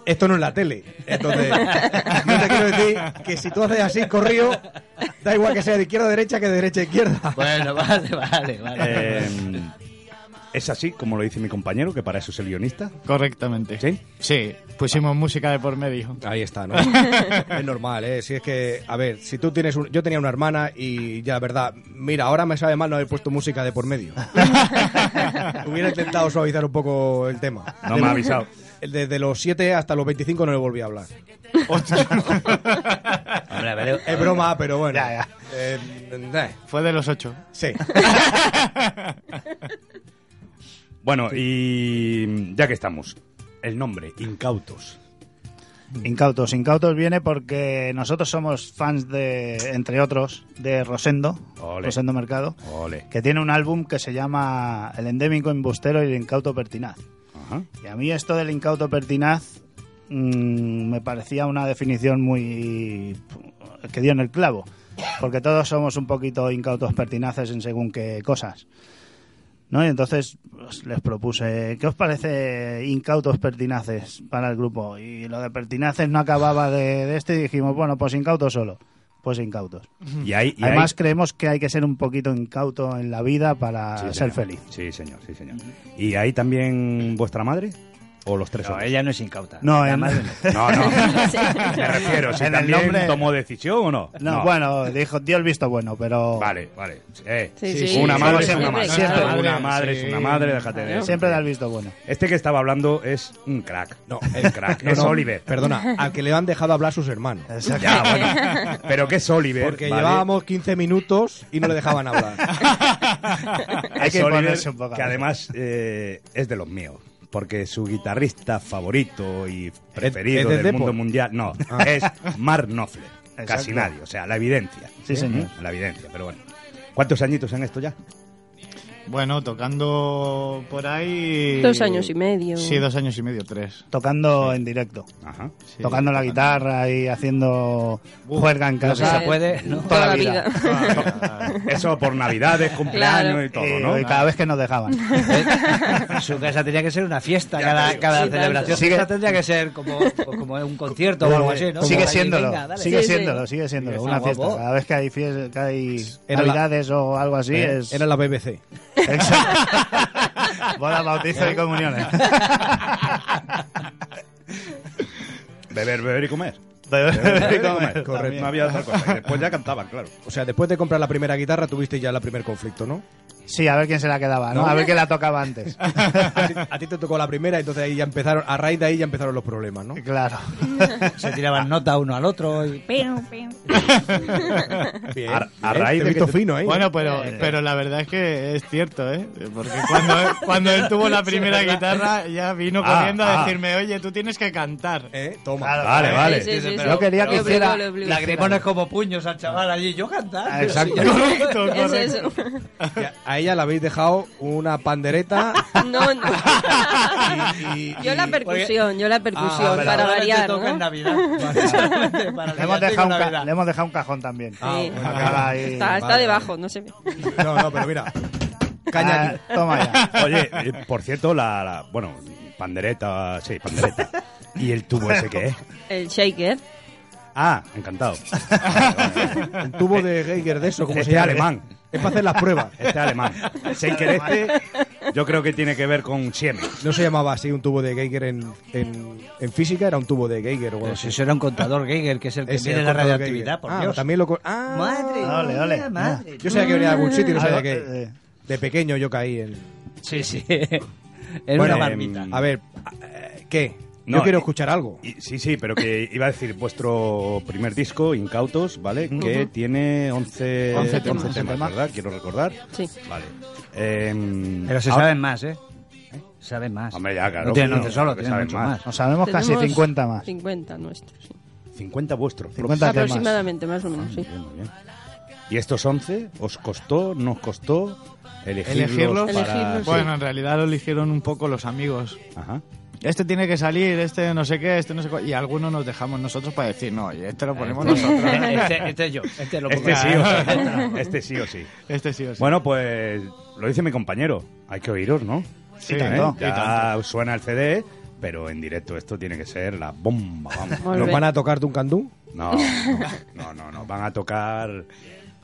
S5: Esto no es la tele. Entonces, yo te quiero decir que si tú haces así, corrido, da igual que sea de izquierda a derecha que de derecha a izquierda.
S6: Bueno, vale, vale, vale.
S7: Eh, ¿Es así como lo dice mi compañero, que para eso es el guionista?
S15: Correctamente.
S7: ¿Sí?
S15: Sí, pusimos música de por medio.
S5: Ahí está, ¿no? es normal, ¿eh? Si es que, a ver, si tú tienes un... Yo tenía una hermana y ya, la verdad, mira, ahora me sabe mal no haber puesto música de por medio. Hubiera intentado suavizar un poco el tema.
S7: No me ha avisado.
S5: Desde los 7 hasta los 25 no le volví a hablar. es broma, pero bueno. Eh, eh,
S15: Fue de los ocho.
S5: Sí.
S7: Bueno, y ya que estamos, el nombre, Incautos.
S16: Incautos. Incautos viene porque nosotros somos fans de, entre otros, de Rosendo,
S7: Ole.
S16: Rosendo Mercado,
S7: Ole.
S16: que tiene un álbum que se llama El endémico embustero y el incauto pertinaz. Y a mí esto del incauto pertinaz mm, me parecía una definición muy... que dio en el clavo. porque todos somos un poquito incautos pertinaces en según qué cosas. ¿No? Y entonces pues, les propuse, ¿qué os parece incautos pertinaces para el grupo? Y lo de pertinaces no acababa de, de este y dijimos, bueno, pues incautos solo. Pues incautos.
S7: Y ahí- y
S16: Además
S7: ahí-
S16: creemos que hay que ser un poquito incauto en la vida para
S7: Sí,
S16: ser
S7: señor.
S16: feliz.
S7: Sí, señor, sí, señor. ¿Y ahí también vuestra madre? ¿O los tres?
S6: No,
S7: ella no es incauta.
S16: No, en-
S7: no. no. Me refiero, si
S16: En el
S7: también
S16: nombre-
S7: tomó decisión o no.
S16: No, bueno, dijo, dio el visto bueno, pero...
S7: Vale, vale. Eh,
S16: Sí, sí,
S7: una
S16: sí,
S7: madre
S16: sí,
S7: es una
S16: siempre,
S7: madre.
S16: claro.
S7: Una madre
S16: Sí.
S7: es una madre, déjate de
S16: Siempre da el visto bueno.
S7: Este que estaba hablando es un crack. No, es crack.
S5: No,
S7: es
S5: no,
S7: Oliver.
S5: Perdona, al que le han dejado hablar sus hermanos.
S7: Ya, bueno. Pero que es Oliver.
S5: Porque
S7: ¿vale?
S5: llevábamos 15 minutos y no le dejaban hablar.
S7: Hay
S5: que
S7: que
S5: ponerse un poco
S7: que
S5: a ver.
S7: además eh, es de los míos. Porque su guitarrista favorito y preferido
S5: es de
S7: del
S5: Depor?
S7: mundo mundial, no,
S5: Ah.
S7: es Mark Knopfler. Casi
S5: Exacto.
S7: nadie, o sea, la evidencia. ¿eh?
S16: Sí, señor.
S7: La evidencia, pero bueno. ¿Cuántos añitos en esto ya?
S15: Bueno, tocando por ahí.
S17: Dos años y medio.
S15: Sí, dos años y medio, tres.
S16: Tocando en directo.
S7: Ajá.
S16: tocando la guitarra y haciendo
S15: Uh,
S16: juerga en
S15: lo que
S16: casa.
S15: se puede, ¿no?
S16: Toda,
S15: Toda
S16: la
S15: la
S16: vida.
S7: Eso por Navidades, cumpleaños y todo, ¿no?
S16: Y cada vez que nos dejaban.
S6: Su casa tenía que ser una fiesta, cada, cada
S16: Sí, tanto.
S6: celebración.
S16: Sigue-
S6: Su casa tendría que ser como, pues como un concierto o
S16: Como-
S6: algo así, ¿no?
S16: Sigue
S6: Como,
S16: siéndolo,
S6: "Venga, dale".
S16: sigue
S6: Sí, sí.
S16: siéndolo, sigue siéndolo.
S6: Está
S16: Una
S6: guapo.
S16: fiesta. Cada vez que hay, fies- que hay
S5: Era la-
S16: navidades o algo así
S5: Eh,
S16: es...
S5: Era la BBC.
S16: Boda, bautizo y comuniones.
S7: Beber, beber y comer.
S16: Beber,
S5: beber y comer,
S7: Correcto.
S5: correcto.
S7: No había otra cosa. Y después ya cantaban, claro.
S5: O sea, después de comprar la primera guitarra tuviste ya el primer conflicto, ¿no?
S16: Sí, a ver quién se la quedaba, ¿no?
S5: No.
S16: A ver quién la tocaba antes.
S5: a, ti, a ti te tocó la primera, entonces ahí ya empezaron, a raíz de ahí ya empezaron los problemas, ¿no?
S16: Claro.
S6: Se tiraban nota uno al otro. y-
S5: Bien.
S15: A-
S5: a Bien, raíz te he de visto que te- fino ahí,
S15: Bueno,
S5: ¿eh?
S15: pero,
S5: Eh,
S15: pero la verdad es que es cierto, ¿eh? Porque cuando, cuando él tuvo la
S5: Sí,
S15: primera
S5: es verdad.
S15: guitarra ya vino
S5: Ah,
S15: corriendo a
S5: ah.
S15: decirme, oye, tú tienes que cantar.
S5: ¿Eh? Toma.
S7: Vale, vale.
S15: Yo quería que hiciera
S6: lagrimones como puños al chaval allí. Yo cantaba.
S5: Exacto.
S15: Correcto,
S17: Es eso.
S5: A ella le habéis dejado una pandereta.
S17: No, no. Yo la percusión, yo la percusión,
S5: vale,
S17: para
S5: solamente
S17: variar,
S5: toca
S17: ¿no?
S5: en
S16: Le hemos, dejado un ca- le hemos dejado un cajón también.
S17: Sí.
S16: Ah, Acaba ahí.
S17: Está, está debajo, no se ve.
S5: No, no, pero mira. Ah,
S16: Caña aquí. toma
S7: Oye, eh, por cierto, la, la- Bueno, pandereta. Sí, pandereta. ¿Y el tubo ese qué es?
S17: El shaker.
S7: Ah, encantado.
S5: El tubo de Geiger de eso, como
S7: Este
S5: se llama.
S7: alemán.
S5: Es para hacer las pruebas.
S7: Este alemán. Shaker este, yo creo que tiene que ver con Siemens.
S5: No se llamaba así un tubo de Geiger en, en, en física, era un tubo de Geiger. O
S6: Eso era un contador Geiger, que es el que mide la radioactividad, por
S5: ah,
S6: Dios.
S5: También lo co- ah,
S6: Madre
S16: Ole,
S6: mía,
S16: ole.
S6: madre
S5: Yo sabía que venía de algún sitio y no sabía
S6: Ah,
S7: eh,
S5: que. De pequeño yo caí en.
S6: Sí, sí. Era una
S5: Bueno,
S6: marmita.
S5: A ver, eh, ¿qué?
S7: em, No,
S5: yo quiero
S7: eh,
S5: escuchar algo.
S7: Y- sí, sí, pero que iba a decir vuestro primer disco, Incautos, ¿vale? Que
S5: Ujú.
S7: tiene
S5: 11
S7: 11, 11
S5: temas,
S7: temas,
S5: 11 temas.
S7: ¿verdad? Quiero recordar.
S17: Sí.
S7: Vale. Em,
S6: Pero se
S7: ahora-
S6: saben más, ¿eh? Saben más.
S7: Hombre, ya, claro.
S6: No tienen
S7: claro,
S6: 11
S7: claro
S6: solo,
S7: que
S6: tienen
S7: saben
S6: mucho más.
S16: Nos sabemos casi
S17: Tenemos
S16: 50 más.
S17: 50 nuestros. sí.
S7: 50 vuestros. Ah,
S16: 50 temas.
S17: Aproximadamente, más o menos, sí.
S7: ¿Y estos 11 os costó, nos costó elegirlos?
S15: elegirlos.
S7: para- sí.
S15: Bueno, en realidad lo eligieron un poco los amigos.
S7: Ajá.
S15: Este tiene que salir, este no sé qué, este no sé cuál. Y algunos nos dejamos nosotros para decir, no, oye, este lo ponemos nosotros.
S6: Este, este yo. Este lo pongo
S7: Este
S6: yo.
S7: sí, o sí. este sí o sí.
S15: Este sí o sí.
S7: Bueno, pues lo dice mi compañero. Hay que oíros, ¿no?
S15: Sí,
S7: ¿Eh?
S15: tanto.
S7: Ya
S15: Y tanto.
S7: suena el CD, pero en directo esto tiene que ser la bomba. Vamos.
S17: Muy
S5: em, ¿Nos
S17: bien.
S5: van a tocar de un candú?
S7: No, no, no, no. Van a tocar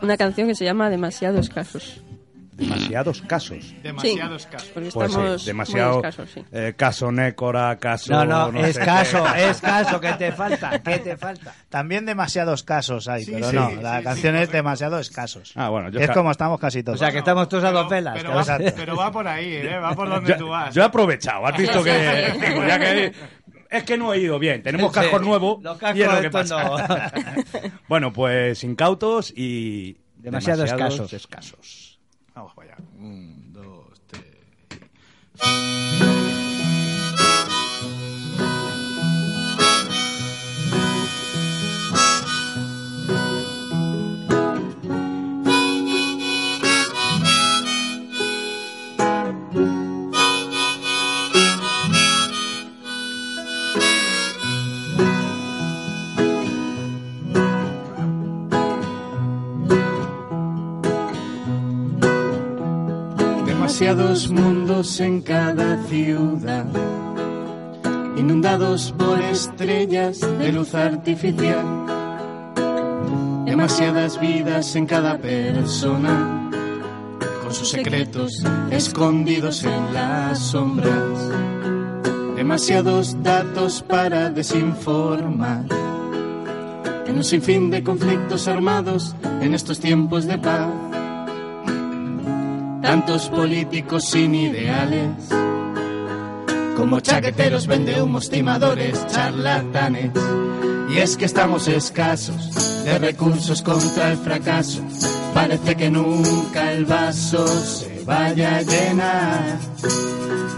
S17: Una canción que se llama Demasiados casos.
S7: demasiados casos.
S17: Demasiados casos. Porque
S7: Pues sí,
S17: estamos
S7: demasiado
S17: muy escasos, sí.
S7: eh, caso Nécora, caso...
S6: No, no, es
S7: sé qué.
S6: caso, es caso, que te falta, que te falta.
S16: También demasiados casos hay,
S6: Sí,
S16: pero
S6: sí,
S16: no,
S6: sí,
S16: la
S6: sí,
S16: canción es demasiado escasos.
S7: Ah, bueno, yo
S16: es
S7: ca-
S16: como estamos casi todos.
S6: O sea, que estamos todos a dos velas.
S15: Pero
S6: cabrón.
S15: va, pero va por ahí, ¿eh? Va por donde
S7: Yo-
S15: tú vas.
S7: Yo he aprovechado, has visto que...
S15: Sí, sí.
S7: digo, Eh, ya que- es que no he ido bien, tenemos
S6: Sí,
S7: cascos nuevos
S6: Este, los cascos
S7: y es lo que
S6: estos
S7: pasa. bueno, pues incautos y...
S6: Demasiados casos.
S7: escasos.
S15: Vamos para allá. Un, dos, tres.
S14: demasiados mundos en cada ciudad, inundados por estrellas de luz artificial, demasiadas vidas en cada persona, con sus secretos escondidos en las sombras, demasiados datos para desinformar. En un sinfín de conflictos armados en estos tiempos de paz. Tantos políticos sin ideales, como chaqueteros, vendehumos, timadores, charlatanes. Y es que estamos escasos de recursos contra el fracaso. Parece que nunca el vaso se vaya a llenar.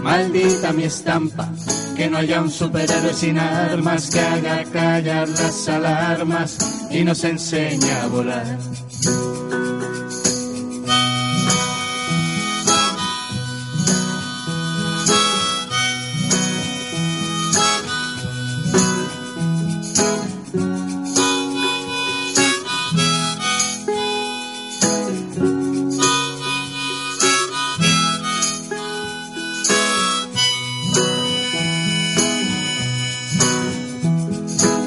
S14: Maldita mi estampa, que no haya un superhéroe sin armas que haga callar las alarmas y nos enseñe a volar.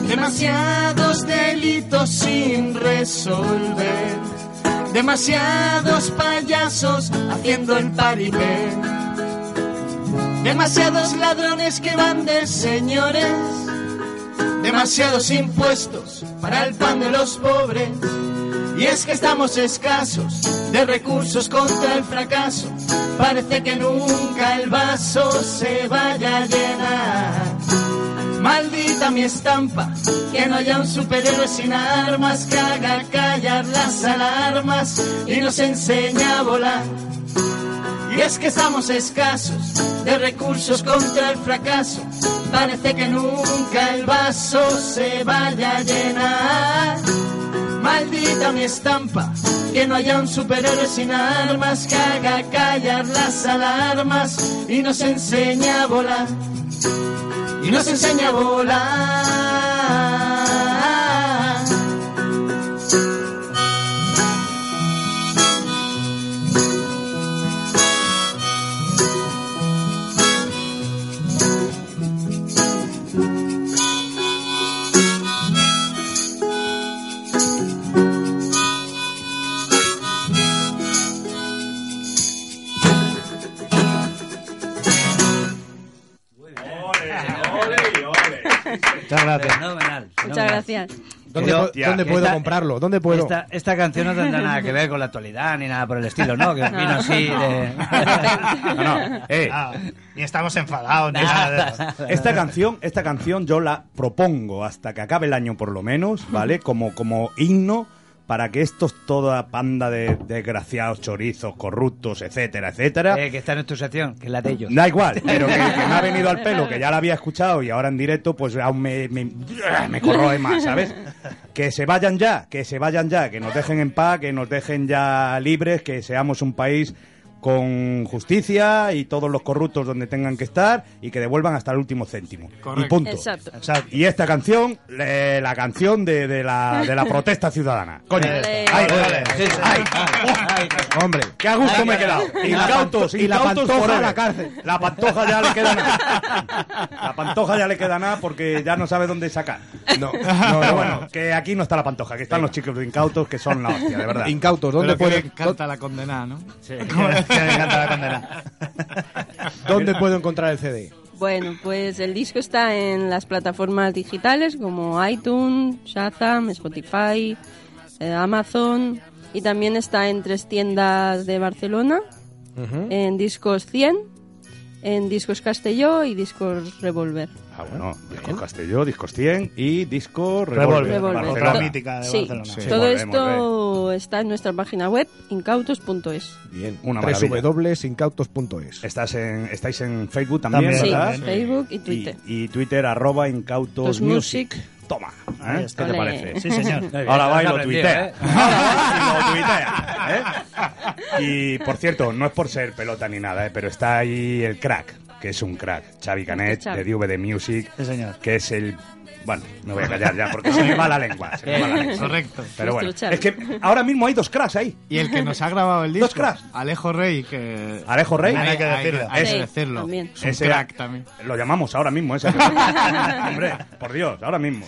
S14: Demasiados delitos sin resolver. Demasiados payasos haciendo el paripé. Demasiados ladrones que van de señores. Demasiados impuestos para el pan de los pobres. Y es que estamos escasos de recursos contra el fracaso. Parece que nunca el vaso se vaya a llenar. Maldita mi estampa, que no haya un superhéroe sin armas que haga callar las alarmas y nos enseña a volar. Y es que estamos escasos de recursos contra el fracaso. Parece que nunca el vaso se vaya a llenar. Maldita mi estampa, que no haya un superhéroe sin armas que haga callar las alarmas y nos enseñe a volar y nos enseña a volar.
S16: Muchas gracias.
S6: Fenomenal,
S17: Muchas
S6: fenomenal.
S17: gracias.
S5: ¿Dónde
S6: Pero,
S5: pu- dónde puedo comprarlo? ¿Dónde puedo?
S6: Esta, esta canción no tendrá nada que ver con la actualidad ni nada por el estilo, ¿no? Que
S16: No.
S6: vino así de...
S16: No, no. Ah, ni estamos enfadados, ni nada Este de eso.
S7: Esta canción, esta canción yo la propongo hasta que acabe el año por lo menos, ¿vale? Como, como himno para que estos toda panda de desgraciados, chorizos, corruptos, etcétera, etcétera.
S6: Eh, que está en tu sección, que es la de ellos.
S7: Da igual, pero que, que me ha venido al pelo, que ya la había escuchado y ahora en directo pues aún me, me, me corroe más, ¿sabes? Que se vayan ya, que se vayan ya, que nos dejen en paz, que nos dejen ya libres, que seamos un país con justicia y todos los corruptos donde tengan que estar y que devuelvan hasta el último céntimo. Y punto.
S17: Exacto.
S7: Y esta canción, le- la canción de, de la, de la protesta ciudadana. Coño.
S17: Ole.
S7: Ay, ole. Ay.
S5: Hombre,
S7: Qué a gusto me he quedado. Incautos,
S5: y la
S7: incautos
S5: pantoja
S7: forever.
S5: a la cárcel.
S7: La pantoja ya le queda nada. La pantoja ya le queda nada porque ya no sabe dónde sacar. No, no, pero bueno, que aquí no está la pantoja, que están los chicos de incautos que son la hostia, de verdad.
S5: Incautos,
S15: ¿dónde
S7: pueden
S15: puede Canta la condena, ¿no? Sí,
S7: canta la
S15: condena.
S5: ¿Dónde puedo encontrar el CD?
S17: Bueno, pues el disco está en las plataformas digitales como iTunes, Shazam, Spotify, eh, Amazon y también está en tres tiendas de Barcelona, en Discos 100, en Discos Castelló y Discos Revolver.
S7: Ah, bueno, discos Castelló, discos 100 y disco
S16: Revolver,
S7: Revolver.
S16: Revolver.
S7: Barcelona.
S16: Otra
S15: Ah,
S16: mítica de
S17: Sí, todo
S7: Volvemos, eh.
S17: esto está en nuestra página web incautos.es.
S7: Bien, una maravilla.
S5: www.incautos.es.
S7: Estás en, estáis en Facebook también,
S17: Sí,
S7: ¿verdad?
S17: Facebook y Twitter.
S7: Y, y Twitter, arroba incautos
S17: Tos
S7: music.
S17: Music.
S7: Toma,
S17: Ahí
S7: ¿eh? ¿qué
S17: está.
S7: te
S17: Ole.
S7: parece?
S17: Sí, señor. Muy bien,
S7: Ahora
S17: lo
S7: va
S17: has
S7: y lo
S17: aprendido,
S7: tuitea.
S17: ¿eh?
S7: Ahora va y lo tuitea. ¿eh? Y por cierto, no es por ser pelota ni nada, ¿eh? pero está ahí el crack. que es un crack. Xavi Canet,
S16: Xavi.
S7: de DVD Music, que es el... Bueno, me voy a callar ya porque se me va la lengua. se me va la lengua.
S15: Correcto.
S7: Pero bueno,
S15: Nuestro Xavi.
S7: es que ahora mismo hay dos cracks ahí.
S15: Y el que nos ha grabado el disco.
S7: Dos cracks.
S15: Alejo Rey, que...
S7: Alejo Rey.
S15: Hay, hay- hay que
S7: Ese-
S15: decirlo. Es un
S7: Ese-
S15: crack también.
S7: Lo llamamos ahora mismo,
S5: ¿eh?
S7: ese. Hombre, por Dios, ahora mismo.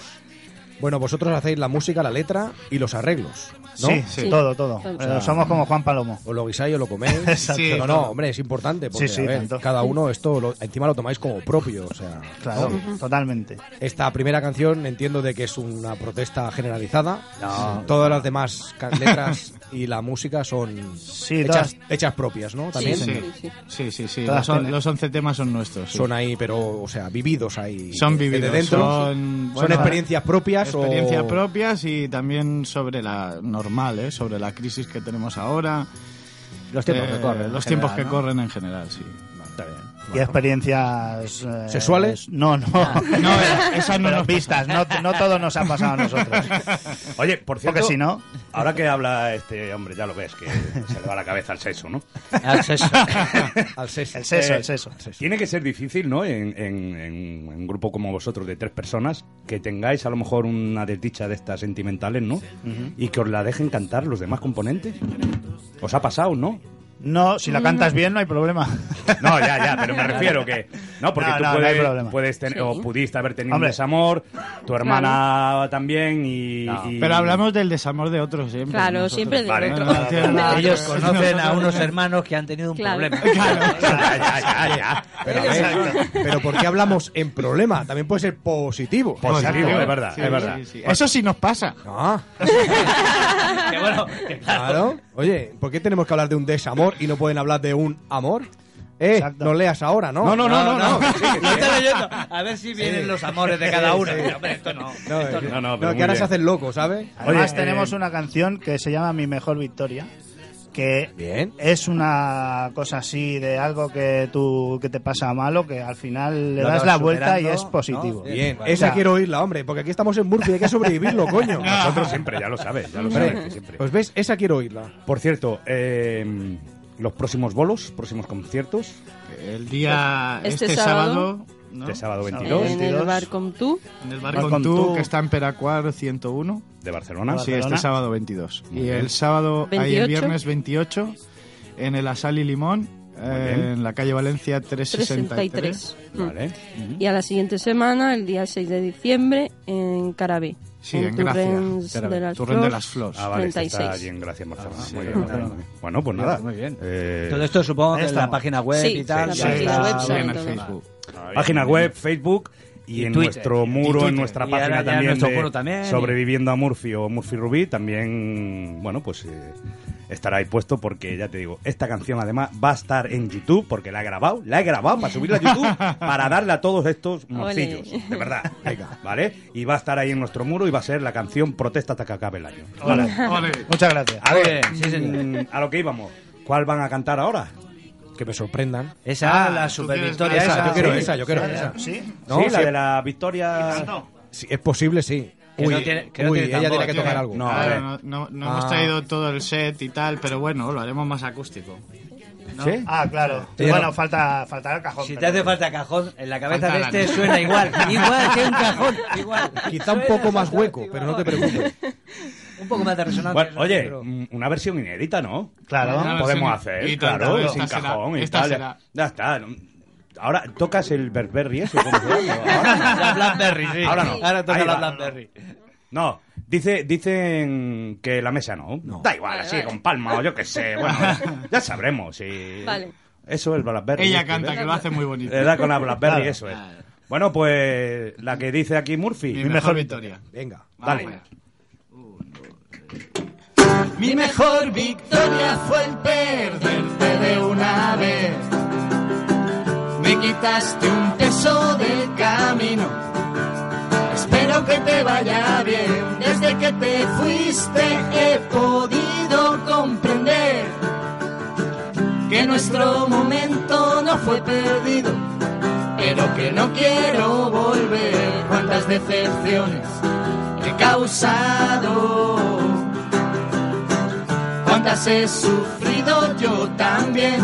S5: Bueno, vosotros hacéis la música, la letra y los arreglos, ¿no?
S16: Sí, sí, Sí. todo, todo. Eh, somos como Juan Palomo.
S5: Os lo guisáis, os lo coméis.
S16: Exacto.
S5: no, no, hombre, es importante porque
S16: Sí, sí,
S5: a ver,
S16: tanto.
S5: cada uno esto lo- encima lo tomáis como propio, o sea,
S16: Claro,
S5: ¿no?
S16: totalmente.
S5: Esta primera canción entiendo de que es una protesta generalizada.
S16: No.
S5: Todas las demás ca- letras y la música son hechas,
S15: todas-
S5: hechas propias, ¿no? También
S15: Sí, sí, sí. sí, sí.
S5: Todas
S15: Los, on-
S5: tienen-
S15: los 11 temas son nuestros. sí.
S5: son ahí, pero o sea, vividos ahí.
S15: Son
S5: desde
S15: vividos,
S5: dentro.
S15: son, bueno,
S5: experiencias propias o-
S15: Experiencias propias y también sobre la normal, ¿eh? sobre la crisis que tenemos ahora. Eh,
S6: Los tiempos que corren, en general,
S15: Los tiempos que
S6: ¿no?
S15: corren en general, sí. Está bien.
S16: ¿Y experiencias eh,
S15: ¿Sexuales?
S16: No, no.
S15: No, esas no
S16: Ah. Pero
S15: nos-
S16: pistas, no, no todo nos ha pasado a nosotros.
S7: Oye, por cierto,
S16: Porque si no-
S7: ahora que habla este hombre, ya lo ves, que se le va la cabeza al sexo, ¿no?
S16: Al sexo.
S5: al sexo.
S16: El sexo, el sexo.
S7: Eh, Tiene que ser difícil, ¿no? En, en- en un grupo como vosotros de tres personas, que tengáis a lo mejor una desdicha de estas sentimentales, ¿no? Y que os la dejen cantar los demás componentes. ¿Os ha pasado, no?
S16: No, si la cantas bien no hay problema.
S7: No, ya, ya, pero me refiero que. No, porque
S16: No,
S7: tú
S16: no, no hay
S7: puedes,
S16: problema.
S7: puedes tener, o pudiste haber tenido
S16: Hombre.
S7: un desamor, tu hermana también, y, y-
S15: Pero hablamos del desamor de otros siempre.
S17: Claro,
S15: nosotros.
S17: siempre del
S15: Vale,
S17: otro.
S15: no, no tiene nada que
S6: Ellos
S15: ver con
S6: conocen a
S15: nosotros.
S6: unos hermanos que han tenido un
S17: Claro.
S6: problema.
S5: Pero, a ver, pero ¿por qué hablamos en problema? También puede ser positivo.
S7: Positivo, es verdad,
S5: Sí,
S7: es verdad.
S5: sí, sí.
S15: Eso sí nos pasa.
S5: Ah. Claro. Oye, ¿por qué tenemos que hablar de un desamor y no pueden hablar de un amor? Eh, no leas ahora, ¿no?
S6: No, no, no, no, no.
S5: Sí, que
S6: Lo
S5: sí.
S6: estoy leyendo. A ver si vienen los amores de cada
S5: Sí,
S6: uno.
S5: sí.
S6: Pero, hombre, esto no.
S5: No,
S6: esto
S5: es que-
S6: no.
S5: no,
S7: pero
S5: que ahora
S7: muy bien. eh,
S5: se hacen locos, ¿sabes?
S16: Además tenemos una canción que se llama Mi mejor victoria, que es una cosa así de algo que tú que te pasa malo, que al final le
S5: Lo
S16: das
S5: vas
S16: la vuelta y
S5: superando,
S16: es positivo.
S5: Bien,
S16: O
S5: esa
S16: sea,
S5: quiero oírla, hombre, porque aquí estamos en Murphy, hay que sobrevivirlo, coño.
S7: Nosotros siempre, ya lo sabes, ya lo
S5: Hombre,
S7: sabes, que siempre.
S5: Pues ves, esa quiero oírla.
S7: Por cierto, eh, los próximos bolos, próximos conciertos.
S15: El día
S17: Este este sábado,
S15: ¿no?
S7: Este sábado 22.
S17: En el bar con tú.
S15: En el
S7: Bar
S15: bar con
S7: con
S15: tú,
S7: Tú.
S15: que está en Peracuar 101.
S7: De Barcelona.
S15: Sí,
S7: Barcelona.
S15: este sábado 22.
S7: Muy
S15: y
S7: bien.
S15: el sábado, ahí el
S7: 28.
S15: viernes 28, en el Asal y Limón, eh,
S7: bien.
S15: en la calle Valencia 363.
S17: 363. Mm. Y a la siguiente semana, el día 6 de diciembre, en Carabé.
S15: Sí, en
S17: Torrents
S15: Gracia.
S17: de las
S15: Torrent de
S17: Flors,
S15: las Flores.
S7: Ah, vale, este está
S17: 36.
S7: allí en Gracia, en Barcelona.
S15: sí,
S7: Muy bien,
S15: Barcelona.
S7: muy bien. Bueno, pues nada.
S6: Muy bien.
S7: Eh,
S6: Todo esto supongo que en
S7: estamos.
S6: la página web y tal.
S7: sí,
S6: ya
S7: sí,
S6: está
S7: sí,
S6: bien
S7: sí,
S6: en
S7: todo.
S6: Facebook.
S7: Página web, Facebook y,
S6: Y
S7: en
S6: Twitter.
S7: nuestro
S6: Y
S7: muro,
S6: Twitter.
S7: en nuestra
S6: Y
S7: página
S6: ahora ya
S7: también,
S6: nuestro
S7: de
S6: muro también, y-
S7: Sobreviviendo a Murphy o Murphy Rubí, también, bueno, pues eh, estará ahí puesto porque ya te digo, esta canción además va a estar en YouTube porque la he grabado, la he grabado para subirla a YouTube para darle a todos estos morcillos, de verdad. ¿Vale? Y va a estar ahí en nuestro muro y va a ser la canción Protesta hasta que acabe el año.
S16: Ole.
S15: Ole.
S16: Muchas gracias.
S7: A ver, mm, a lo que íbamos. ¿Cuál van a cantar ahora?
S5: Que me sorprendan.
S6: Esa,
S7: Ah,
S6: la
S7: ¿tú
S6: super
S7: quieres
S6: victoria.
S7: esa?
S6: Esa,
S5: Yo quiero
S6: Sí.
S5: esa, yo quiero esa.
S16: ¿Sí?
S5: No,
S7: sí, la
S5: sí.
S7: de la victoria.
S5: Si es posible, sí.
S15: Que
S5: uy,
S15: no tiene-
S7: que no
S5: uy,
S7: tiene
S5: ella
S7: tambor,
S5: tiene que tocar algo.
S15: No, claro, no, no- no hemos
S5: Ah.
S15: traído todo el set y tal, pero bueno, lo haremos más acústico. ¿no?
S5: ¿Eh? ¿Sí?
S16: Ah, claro.
S15: Sí,
S16: bueno,
S15: no.
S16: falta, faltará el cajón.
S6: Si te
S16: pero-
S6: hace falta cajón, en la cabeza
S16: Falta
S6: de
S16: la-
S6: este suena igual. Igual que un cajón.
S5: Quizá un poco más hueco, pero no te preocupes.
S6: Un poco más de resonancia.
S7: Bueno,
S6: ¿no?
S7: oye,
S6: Pero-
S7: mm, una versión inédita, ¿no?
S16: Claro. Una
S7: Podemos
S16: versión
S7: hacer,
S16: inédita,
S7: claro,
S16: claro.
S7: sin
S16: Esta será,
S7: cajón y
S16: esta
S7: tal.
S16: será.
S7: Ya está. Ahora tocas el Berberry, eso. ¿cómo se llama?
S6: La Blackberry, sí.
S7: Ahora no.
S6: Ahora toca
S7: Ahí
S6: la
S7: va.
S6: Blackberry.
S7: No, dice, dicen que la mesa no. Da igual, así, con palma o yo qué sé. Bueno, ya sabremos. Si...
S15: Vale.
S7: Eso es el Blackberry.
S15: Ella
S7: este,
S15: canta,
S7: ¿ves?
S15: que lo hace muy bonito.
S7: Le da con la Blackberry,
S15: Claro.
S7: eso es. Bueno, pues la que dice aquí Murphy.
S15: Mi mejor victoria. Ah,
S5: Venga,
S7: dale.
S14: Mi mejor victoria fue el perderte de una vez. Me quitaste un peso del camino. Espero que te vaya bien. Desde que te fuiste he podido comprender que nuestro momento no fue perdido, pero que no quiero volver. Cuántas decepciones he causado. Cuántas he sufrido yo también.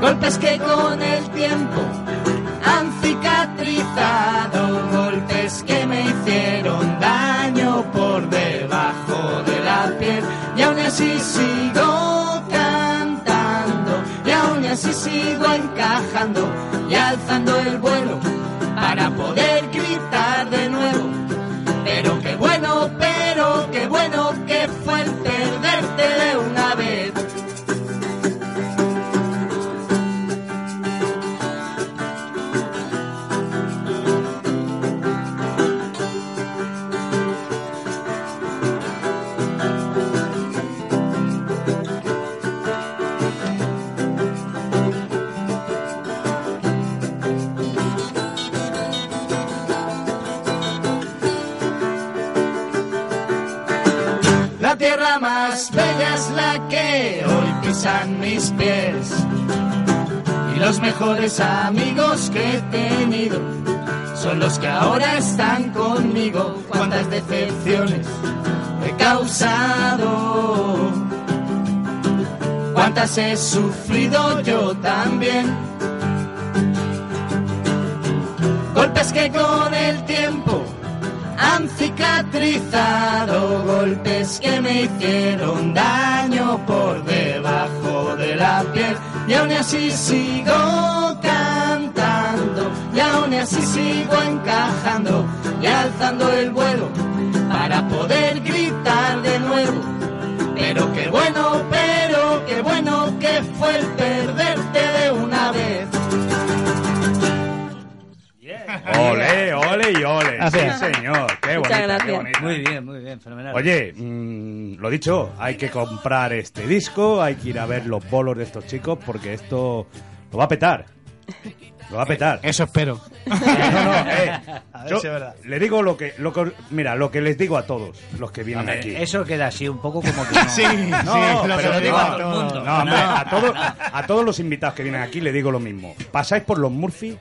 S12: Golpes que con el tiempo han cicatrizado, golpes que me hicieron daño por debajo de la piel. Y aún así sigo cantando, y aún así sigo encajando y alzando el vuelo para poder gritar de nuevo. Pero qué bueno, pero qué bueno que fue el perderte de una vez.
S14: La tierra más bella es la que hoy pisan mis pies. Y los mejores amigos que he tenido son los que ahora están conmigo. Cuántas decepciones he causado. Cuántas he sufrido yo también. Golpes que con el tiempo han cicatrizado golpes que me hicieron daño por debajo de la piel y aún así sigo cantando y aún así sigo encajando y alzando el vuelo para poder gritar de nuevo pero qué bueno pero qué bueno que fue el perderte de una vez
S7: Ole, ole y ole.
S6: Gracias.
S7: Sí, señor. Qué
S6: Muchas
S7: bonita,
S6: gracias.
S7: qué bonita.
S6: Muy bien, muy bien, fenomenal.
S7: Oye, mm, lo dicho, hay que comprar este disco, hay que ir a ver los bolos de estos chicos porque esto lo va a petar. Lo va a petar.
S15: Eso espero.
S7: No, no, eh.
S15: A ver
S7: Yo
S15: si es verdad.
S7: le digo lo que, lo que- Mira, lo que les digo a todos los que vienen
S6: Hombre,
S7: aquí.
S6: Eso queda así un poco como que no.
S7: Sí,
S6: no,
S7: pero
S6: pero
S7: no,
S6: no, no,
S7: No, hombre,
S6: no.
S7: a, todos, a todos los invitados que vienen aquí le digo lo mismo. Pasáis por los Murphy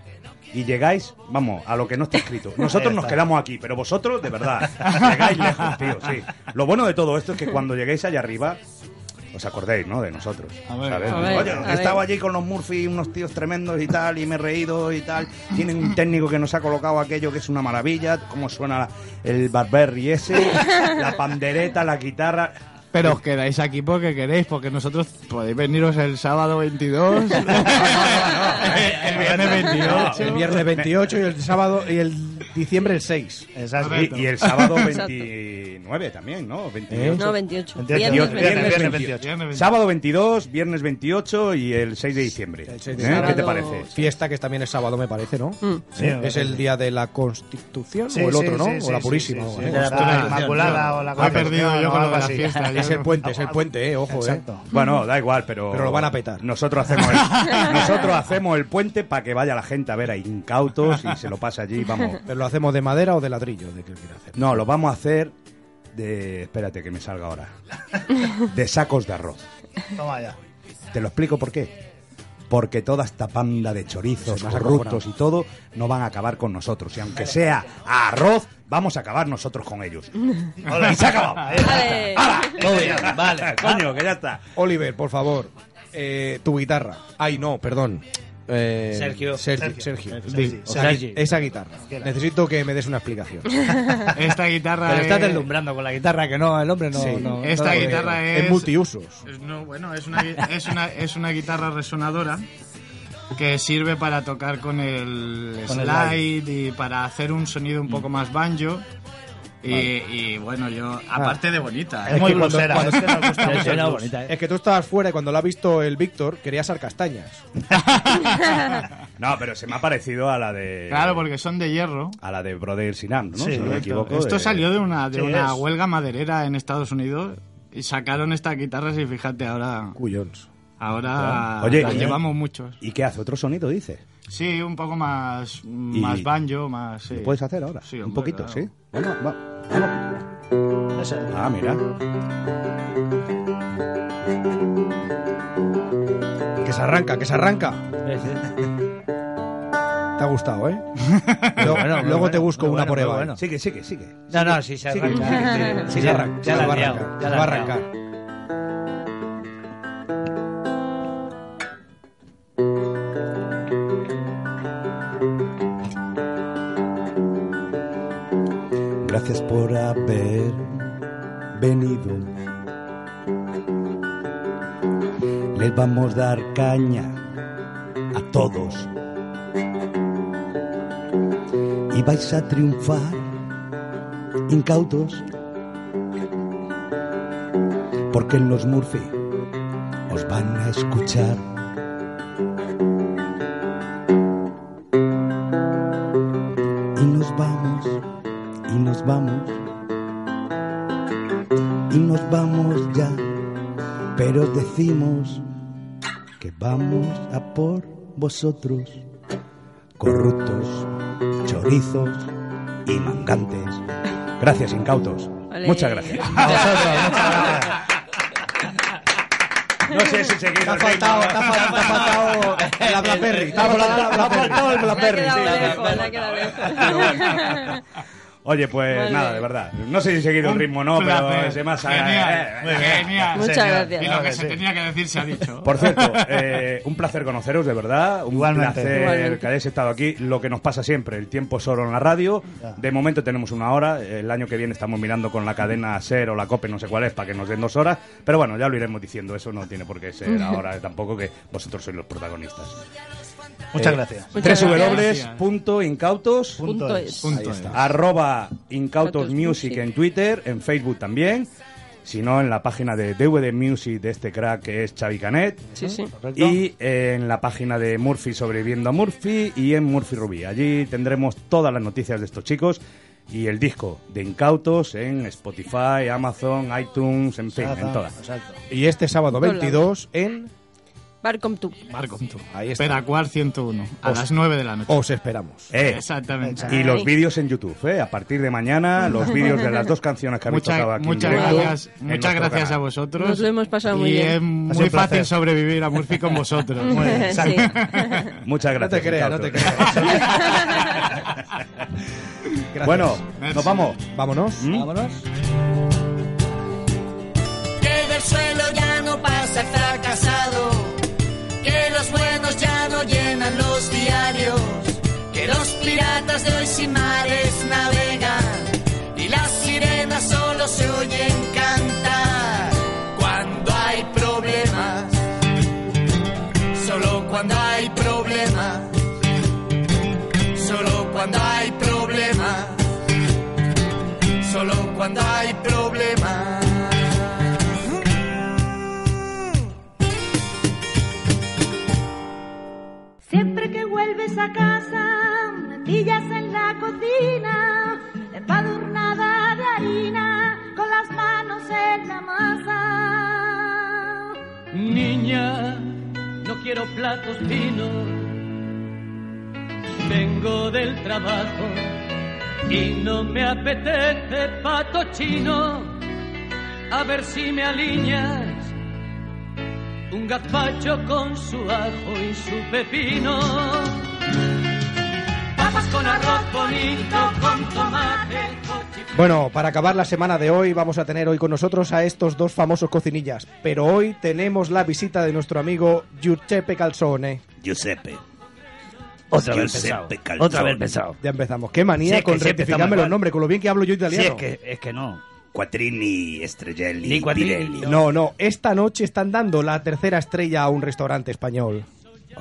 S7: y llegáis, vamos, a lo que no está escrito. Nosotros
S18: Ahí
S7: nos
S18: está.
S7: quedamos aquí, pero vosotros, de verdad, llegáis lejos, tío, sí. Lo bueno de todo esto es que cuando lleguéis allá arriba, os acordéis, ¿no?, de nosotros. ¿sabes?
S18: a ver,
S7: Oye,
S18: a
S7: que
S18: ver.
S7: estaba allí con los Murphy, unos tíos tremendos y tal, y me he reído y tal. Tienen un técnico que nos ha colocado aquello que es una maravilla, cómo suena la- el Barberry ese, la pandereta, la guitarra...
S15: Pero os quedáis aquí porque queréis, porque nosotros podéis veniros el sábado 22.
S5: El
S15: viernes 28.
S5: El viernes 28 y el sábado y el diciembre el 6.
S7: Y, y el sábado 29 también, ¿no? 28.
S17: No, 28. Viernes 28.
S7: 28. Viernes
S17: Viernes
S7: 28.
S17: 28.
S7: Sábado 22, viernes 28 y el 6 de diciembre. ¿Eh? ¿Qué te parece?
S5: Fiesta que también es sábado, me parece, ¿no?
S7: Sí,
S5: Eh,
S7: me
S5: es el día de la Constitución
S16: Sí,
S5: o el
S16: sí,
S5: otro, ¿no?
S16: sí, sí,
S5: o la
S16: sí,
S5: Purísima.
S16: sí,
S5: o
S16: sí,
S5: algo
S16: la
S5: así. Ah,
S16: Constitución, La Inmaculada tío. o la Constitución, o algo así.
S5: Es el puente, es el puente, eh, ojo,
S7: Exacto.
S5: eh.
S7: Bueno, da igual, pero.
S5: Pero lo van a petar.
S7: Nosotros hacemos el, nosotros hacemos el puente para que vaya la gente a ver a incautos y se lo pasa allí, vamos.
S5: Pero lo hacemos de madera o de ladrillo, de qué quieras.
S7: No, lo vamos a hacer de. Espérate que me salga ahora. De sacos de arroz.
S16: Toma ya.
S7: Te lo explico por qué. Porque toda esta panda de chorizos,
S16: Se me ha
S7: corruptos y todo no van a acabar con nosotros. Y aunque sea arroz, vamos a acabar nosotros con ellos. Hola, y se ha acabado. ¡Hala!
S5: vale.
S7: Coño, que ya está.
S5: Oliver, por favor, eh, tu guitarra. Ay, no, perdón. Eh,
S6: Sergio.
S5: Sergio.
S6: Sergio. Sergi.
S5: Sergio. Di,
S6: O
S5: esa,
S6: Sergi.
S5: esa guitarra. Necesito que me des una explicación.
S15: Esta guitarra.
S6: Pero estás
S15: es-
S6: deslumbrando con la guitarra, que no, el hombre no.
S5: Sí.
S6: no-
S15: Esta
S6: no-
S15: guitarra
S5: es
S15: es-
S5: multiusos.
S15: Es- No, bueno, es una, gui- es, una, es una guitarra resonadora que sirve para tocar con el
S6: Con el
S15: slide y para hacer un sonido un
S7: Mm.
S15: poco más banjo. Y, y bueno, yo,
S7: Ah.
S15: aparte de bonita. ¿eh?
S7: eh,
S5: Es que tú estabas fuera y cuando la ha visto el Víctor, quería asar castañas.
S7: No, pero se me ha parecido a la de.
S15: Claro, porque son de hierro.
S7: A la de Brother Sinan, ¿no?
S15: Sí,
S7: si no me
S15: correcto.
S7: equivoco.
S15: Esto
S7: de-
S15: salió de una, de
S7: Sí,
S15: una
S7: es.
S15: huelga maderera en Estados Unidos y sacaron estas guitarras y fíjate ahora.
S5: Cuyons.
S15: Ahora
S7: Oye, eh,
S15: las
S7: ¿y-
S15: llevamos muchos.
S7: ¿Y qué hace? ¿Otro sonido, dice?
S15: Sí, un poco más,
S7: Y-
S15: más banjo, más. sí.
S7: ¿Lo puedes hacer ahora?
S15: Sí,
S7: Un
S15: hombre,
S7: poquito,
S15: claro.
S7: ¿sí? Vamos, va- vamos. Ah, mira.
S5: Que se arranca, que se arranca. Te ha gustado, ¿eh? Luego-
S6: bueno, muy
S5: luego te
S6: bueno,
S5: busco
S6: muy
S5: una ¿eh?
S6: bueno,
S5: prueba.
S6: muy bueno.
S7: Sigue, sigue, sigue.
S6: No, no, sí se
S5: Sí,
S6: arranca.
S5: sí, sí, sí,
S6: Ya-
S5: arranca,
S6: ya
S5: se
S6: la
S5: va a
S6: has liado,
S5: arrancar,
S6: ya
S5: se
S6: la
S5: va a
S6: has liado.
S5: arrancar.
S19: Gracias por haber venido. Les vamos a dar caña a todos. Y vais a triunfar, incautos, porque en los Murphy os van a escuchar. Y nos vamos, y nos vamos, y nos vamos ya, pero os decimos que vamos a por vosotros, corruptos, chorizos y mangantes.
S7: Gracias, incautos.
S19: Ole.
S7: Muchas gracias.
S19: A vosotros, muchas
S7: gracias. No sé si seguir
S5: Te ha faltado, te ha faltado, te ha faltado la Blackberry. Te ha faltado, te ha faltado el Blackberry.
S12: quedado
S5: sí.
S12: lejos, me ha quedado lejos.
S7: Oye, pues
S12: Muy
S7: nada,
S12: bien.
S7: de verdad. No sé si seguir el ritmo o no, pero
S15: placer.
S7: ese más.
S15: Genial,
S7: eh,
S15: muy
S7: eh,
S15: bien. Genial. Muchas
S7: señor.
S15: gracias. Y lo que se tenía que decir se ha dicho.
S7: Por cierto, eh, un placer conoceros, de verdad. Un
S16: Igualmente.
S7: placer
S16: Igualmente.
S7: que hayáis estado aquí. Lo que nos pasa siempre, el tiempo solo en la radio. De momento tenemos una hora. El año que viene estamos mirando con la cadena SER o la COPE, no sé cuál es, para que nos den dos horas. Pero bueno, ya lo iremos diciendo. Eso no tiene por qué ser ahora tampoco, que vosotros sois los protagonistas. Eh,
S16: Muchas gracias. Muchas gracias.
S7: www.incautos
S16: Punto es.
S7: Ahí
S16: Punto
S7: está.
S16: es.
S7: arroba incautos music en Twitter, en Facebook también, sino en la página de DVD Music de este crack que es Xavi Canet.
S12: Sí, sí.
S7: Y eh, en la página de Murphy Sobreviviendo a Murphy y en Murphy Rubí. Allí tendremos todas las noticias de estos chicos y el disco de Incautos en Spotify, Amazon, iTunes, en fin, en
S5: Shazam,
S7: todas.
S5: Y este sábado 22 en...
S12: Barcom tú.
S15: Barcom tú.
S5: Ahí está.
S15: Peracuar 101, a
S5: Os-
S15: las 9 de la noche.
S5: Os esperamos.
S7: Eh,
S15: Exactamente.
S7: Y los vídeos en YouTube, ¿eh? A partir de mañana, los vídeos de las dos canciones que habéis
S15: Muchas-
S7: tocado aquí. en
S15: muchas
S7: directo
S15: gracias-
S7: en
S15: muchas
S7: nuestro
S15: gracias
S7: canal.
S15: a vosotros.
S12: Nos lo hemos pasado muy
S15: y
S12: bien.
S15: es
S7: Ha sido
S15: muy
S7: un placer.
S15: fácil sobrevivir a Murphy con vosotros. Muy bien.
S12: Sí.
S7: Muchas gracias.
S5: No te creas,
S7: Ricardo.
S5: no te Gracias.
S7: Bueno, nos vamos.
S5: Vámonos.
S7: Vámonos.
S14: Que del suelo ya no pasa el fracasado, que los buenos ya no llenan los diarios, que los piratas de hoy sin mares navegan y las sirenas solo se oyen cantar cuando hay problemas, solo cuando hay problemas, solo cuando hay problemas, solo cuando hay problemas.
S20: Siempre que vuelves a casa, metillas en la cocina, empadurnada de harina, con las manos en la masa.
S21: Niña, no quiero platos finos. Vengo del trabajo y no me apetece pato chino. A ver si me alineas un gazpacho con su ajo y su pepino. Papas con arroz bonito, con tomate, con
S5: Bueno, para acabar la semana de hoy vamos a tener hoy con nosotros a estos dos famosos cocinillas. Pero hoy tenemos la visita de nuestro amigo Giuseppe Calzone.
S1: Giuseppe.
S5: Otra vez
S1: Giuseppe
S5: pesado.
S1: Calzone.
S5: Otra vez pesado. Ya empezamos. Qué manía
S1: Si es que
S5: con
S1: siempre
S5: rectificarme
S1: estamos
S5: los
S1: mal.
S5: nombres, con lo bien que hablo yo italiano.
S1: Si es que, es que no. Quattrini, Estrelli,
S5: Ni cuadrillo.
S1: Pirelli.
S5: No, no, esta noche están dando la tercera estrella a un restaurante español.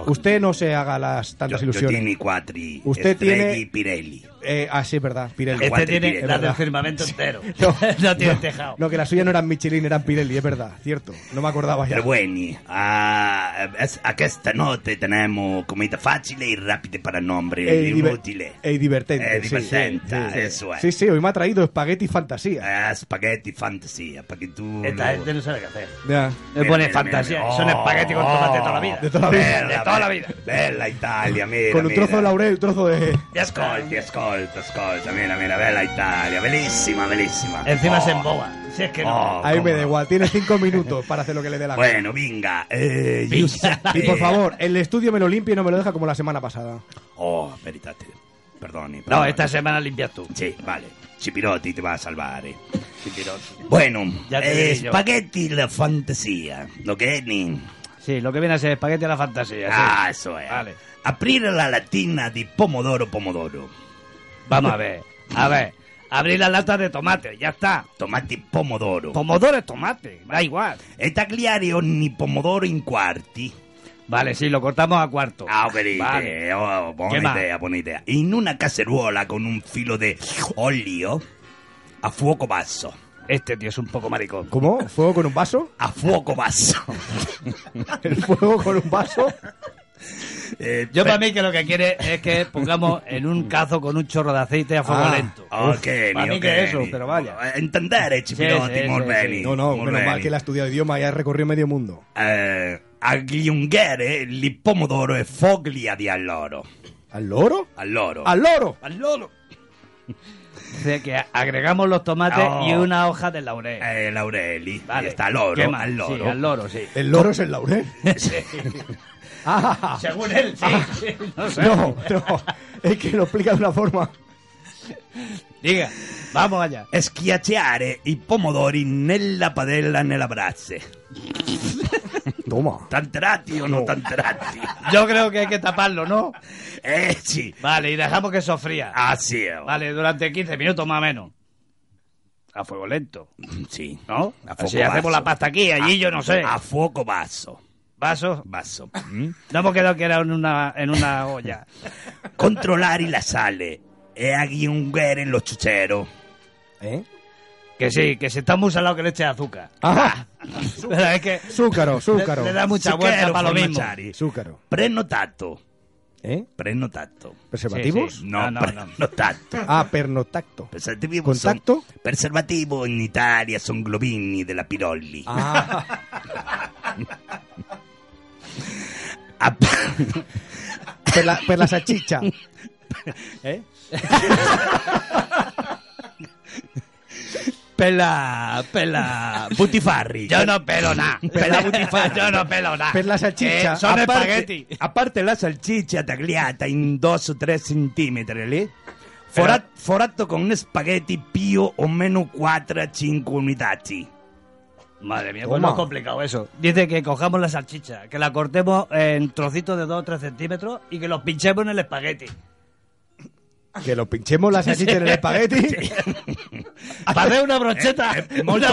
S5: Usted no se haga las
S1: Oh. Yo-
S5: tantas
S1: yo
S5: ilusiones.
S1: tiene Quattrini,
S5: Usted
S1: Estrelli,
S5: tiene-
S1: Pirelli.
S5: Eh, ah, sí, es verdad, Pirelli.
S1: Este tiene
S5: Es
S1: la
S5: verdad.
S1: del firmamento entero.
S5: No,
S1: No tiene
S5: no,
S1: tejado.
S5: No, que las suyas no eran Michelin, eran Pirelli, es verdad, cierto. No me acordaba ya.
S1: Però bueno, ah, es- aquesta notte tenemos comida facile y rápida para nombre
S5: Eh, diver-
S1: inútil.
S5: eh, divertente.
S1: Eh,
S5: sí, sí,
S1: divertente,
S5: sí, sí.
S1: eso es.
S5: Sí, sí, hoy me ha traído espagueti fantasía.
S1: Ah, spaghetti fantasía, para que tú...
S5: Esta gente
S1: no sabe qué hacer.
S5: Ya.
S1: Me
S5: pone
S1: fantasía,
S5: son espagueti con tomate toda la vida. De toda la vida.
S1: Oh, Bella,
S5: De toda la
S1: vida. Bella Italia, mira,
S5: Con un
S1: mira.
S5: trozo de laurel y un trozo de...
S1: Ti ascolti, ascolta, ascolta, mira, mira, bella Italia, bellissima, bellissima. Oh.
S5: Encima se
S1: emboba, si es que
S5: No, Oh, Ahí me da igual, tiene cinco minutos para hacer lo que le dé la gana.
S1: Bueno, venga, eh, Giuseppe.
S5: Y por favor, el estudio me lo limpia y no me lo deja como la semana pasada.
S1: Oh, veritate. Perdoni.
S5: No,
S1: perdoni.
S5: esta
S1: semana limpias tú. Sí, vale. Cipirotti te va a salvar. eh. Bueno,
S6: Ya te
S1: eh,
S6: diré yo.
S1: espagueti la fantasía. ¿Lo que es, Nin?
S6: Sí, lo que viene a ser espagueti a la fantasía. sí.
S1: Ah, eso es.
S6: Vale.
S1: Aprire la latina di pomodoro pomodoro.
S6: Vamos a ver. A ver. Abrir la lata de tomate, ya está.
S1: Tomate pomodoro.
S6: Pomodoro es tomate, da igual.
S1: E tagliare ogni pomodoro in quarti.
S6: Vale, sí, lo cortamos a cuarto.
S1: Ah, vedi,
S6: Vale.
S1: eh, oh,
S6: ¿Qué
S1: buona
S6: más?
S1: idea, buona idea. In una caceruola con un filo de olio a fuoco basso.
S6: Este tío es un poco maricón.
S5: ¿Cómo? ¿Fuego con un vaso?
S1: A fuoco basso.
S5: ¿El fuego con un vaso?
S1: Eh,
S6: Yo para mí que lo que quiere es que pongamos en un cazo con un chorro de aceite a fuego
S1: Ah,
S6: lento.
S1: oh,
S6: Uf,
S1: genio,
S6: para mí que
S1: genio.
S6: eso, pero vaya.
S1: Eh, Entendere, Cipirotti,
S6: Sí, sí,
S1: molt
S6: sí,
S1: bene,
S6: sí.
S5: No, no,
S1: molt
S5: menos mal
S1: bene.
S5: que él ha estudiado idioma y ha recorrido medio mundo.
S1: Eh, agliunghere il pomodoro e foglia di alloro.
S5: Alloro?
S1: Alloro.
S5: ¡Alloro!
S6: ¡Alloro! Dice que agregamos los tomates
S1: Oh.
S6: y una hoja de laurel.
S1: Eh, Laureli.
S6: Vale.
S1: Está
S6: ¿Qué
S1: alloro,
S6: más?
S1: alloro.
S6: Sí, al loro, sí.
S5: El loro es el laurel. Ah.
S6: Según él, sí. sí, no sé.
S5: No, no. Es que lo explica de una forma.
S6: Diga, vamos allá.
S1: Schiacciare i pomodori nella padella nella brace.
S5: Toma.
S1: Tantrati o no, tantrati.
S6: Yo creo que hay que taparlo, ¿no?
S1: Eh, Ah, sí.
S6: Vale, y dejamos que sofría.
S1: Así es.
S6: Vale, durante 15 minutos más o menos. A fuego lento.
S1: Sí.
S6: ¿No?
S1: A fuoco
S6: Así hacemos
S1: basso.
S6: la pasta aquí, allí,
S1: A-
S6: yo no sé.
S1: A fuoco basso.
S6: Vaso.
S1: Basso. Mm.
S6: No hemos quedado que era en una, en una olla.
S1: Controllare la sale e agliunghere lo ciucero.
S5: ¿Eh?
S6: Que sí, que si está muy salado que le eche azúcar.
S5: Ajá.
S6: Pero es que
S5: Zúcaro, zúcaro.
S6: Le, le da mucha
S1: Zucchero,
S6: vuelta para lo mismo.
S1: formaggiari.
S5: Zúcaro.
S1: Prenotato.
S5: ¿Eh?
S1: Prenotato.
S5: ¿Preservativos?
S6: Sí, sí.
S1: No,
S6: No, no, no.
S1: prenotato.
S5: Ah, pernotacto.
S1: Preservativo
S5: Contacto?
S1: son- preservativo in Italia sono globini della Pirolli.
S5: Ah,
S1: A-
S5: per la, per la salchicha.
S6: ¿Eh? Pela, pela.
S1: Butifarri.
S6: Yo no pelo nada. Pela butifarra. Yo no pelo nada.
S5: Per la salchicha.
S6: Eh, son
S1: Aparte-
S6: espagueti.
S1: A parte la salchicha tagliata in 2 o 3 centimetri lì. fora- forato con spaghetti più o meno 4-5 unità.
S6: Madre mía,
S5: Toma.
S6: pues no es complicado eso. Dice que cojamos la salchicha, que la cortemos en trocitos de 2 o 3 centímetros y que los pinchemos en el espagueti.
S5: Que lo pinchemos la salchicha en el espagueti.
S6: Para hacer una brocheta,
S1: Eh,
S6: una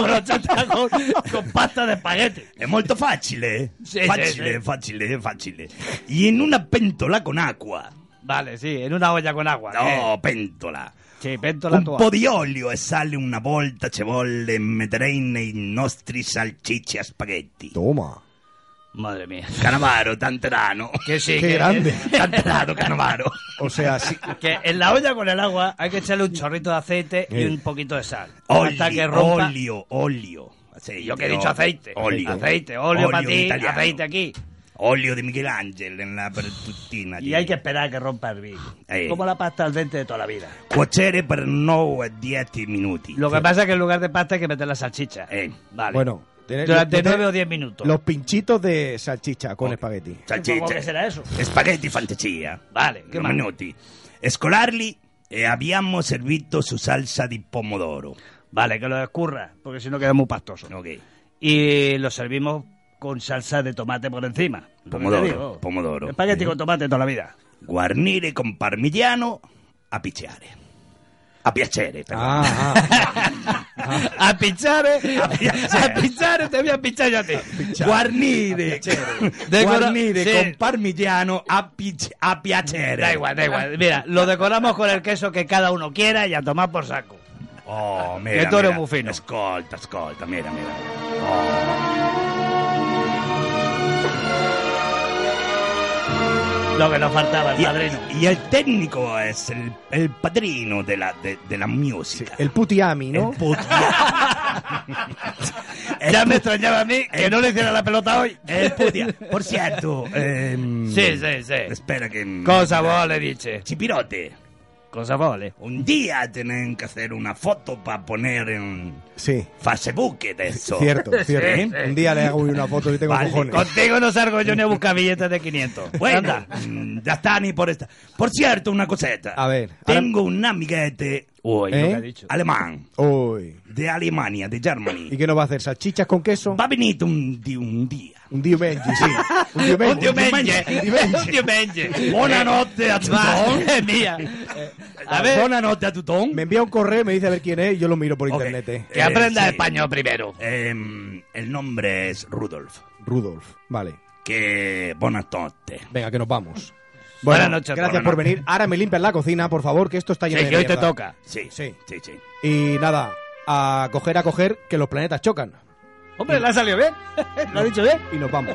S6: brocheta con, con pasta de espagueti.
S1: È molto facile. eh?
S6: Sì,
S1: facile,
S6: sì,
S15: eh,
S6: sì.
S1: facile, facile. In una pentola con acqua.
S6: Vale, sí, en una olla con agua.
S1: No,
S6: eh.
S1: pentola.
S6: Sí, pento la
S1: Un
S6: tua.
S1: po' di olio e sale una volta ci volle e metterei nei nostri salcicci a spaghetti.
S5: Toma.
S6: Madre mía.
S1: Canavaro, tanterano.
S6: Que sí,
S5: Qué
S6: que,
S5: grande.
S1: Tanterano, Canavaro.
S5: O sea, sí.
S6: que en la olla con el agua hay que echarle un chorrito de aceite y un poquito de sal. hasta que
S1: Olio,
S6: rompa.
S1: olio, olio. Aceite,
S6: Yo que he dicho aceite.
S1: Olio.
S6: Aceite, óleo para ti,
S1: italiano.
S6: aceite aquí.
S1: Olio di Michelangelo en la pertutina.
S6: Y hay que esperar a que rompa el vino.
S1: Eh.
S6: Como la pasta al dente de toda la vida.
S1: Cuocere per 9 a 10 minuti.
S6: Lo que pasa es que en lugar de pasta hay que meter la salchicha.
S1: Eh.
S6: Vale.
S5: Bueno, tiene-
S6: durante
S5: tiene-
S6: 9 o 10 minutos.
S5: Los pinchitos de salchicha con espagueti.
S6: Supongo
S1: Salsiccia.
S6: que será eso.
S1: Spaghetti fantasia.
S6: Vale, che
S1: Nove
S6: male.
S1: minuti. E scolarli e abbiamo servito su salsa di pomodoro.
S6: Vale, que lo escurra, porque si no queda muy pastoso.
S1: Ok.
S6: Y lo servimos con salsa de tomate por encima. Lo que
S1: Pomodoro,
S6: te digo.
S1: pomodoro.
S6: Espagueti
S1: Eh.
S6: con tomate toda la vida.
S1: Guarnire con parmigiano a picciare. A piacere, però.
S5: Ah,
S6: a pichare, a
S1: pichare.
S6: pichare, te voy a pichar yo a ti.
S1: Guarnire,
S6: Decora-
S1: guarnire
S6: sì.
S1: con parmigiano a, pic- a piacere.
S6: Da igual, da igual. Mira, lo decoramos con el queso que cada uno quiera y a tomar por saco.
S1: Oh, mira,
S6: Che toro
S1: mira.
S6: mu fino.
S1: Ascolta, ascolta, mira, mira.
S6: Lo que nos faltaba, el
S1: Y,
S6: padrino.
S1: y el técnico es el, el padrino de la, de, de la música.
S5: El putiami, ¿no?
S1: El putia-
S6: Ya me extrañaba a mí que no le hiciera la pelota hoy.
S1: el putia- Por cierto, ehm,
S6: Sí, sí, sí.
S1: espera que... em,
S6: Cosa vole, dice.
S1: Chipirote,
S6: Cosa vole.
S1: un día tienen que hacer una foto para poner en
S5: Sí.
S1: Facebook de eso.
S5: Cierto, cierto.
S1: ¿Eh?
S5: Un día le hago una foto y tengo
S1: Vale,
S5: cojones.
S6: Contigo no salgo yo ni a buscar billetes de 500.
S1: Bueno,
S6: Anda.
S1: mm, ya está ni por esta. Por cierto, una coseta.
S5: A ver,
S1: Tengo un amiguete
S22: Uy,
S5: ¿Eh?
S22: lo que ha dicho.
S1: Alemán. De Alemania, de Germany.
S5: ¿Y qué nos va a hacer? ¿Salchichas con queso?
S1: Va a venir un, di- un día.
S5: Un diumengi, sí. Un diumenge.
S1: Un diumenge.
S5: Un diumenge.
S1: Un diumenge. Bona nota a tothom.
S22: Eh, Madre mía.
S1: A ver. Bona nota a tothom.
S5: Me envía un correo y me dice a ver quién es y yo lo miro por internet. eh.
S22: Que aprenda español primero.
S1: Em, el nombre es Rudolf.
S5: Rudolf, vale.
S1: Que buenas noches.
S5: Venga, que nos vamos.
S1: Buenas
S5: Bueno,
S1: noches,
S5: Gracias
S1: buenas
S5: por
S1: noches.
S5: venir. Ahora me limpias la cocina, por favor, que esto está lleno de mierda.
S1: Sí, sí, sí. sí.
S5: Y nada, a coger, a coger, que los planetas chocan.
S22: Hombre, le ha salido bien. lo ha dicho bien.
S5: Y nos vamos.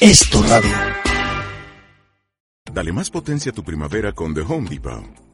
S3: es tu radio.
S23: Dale más potencia a tu primavera con The Home Depot.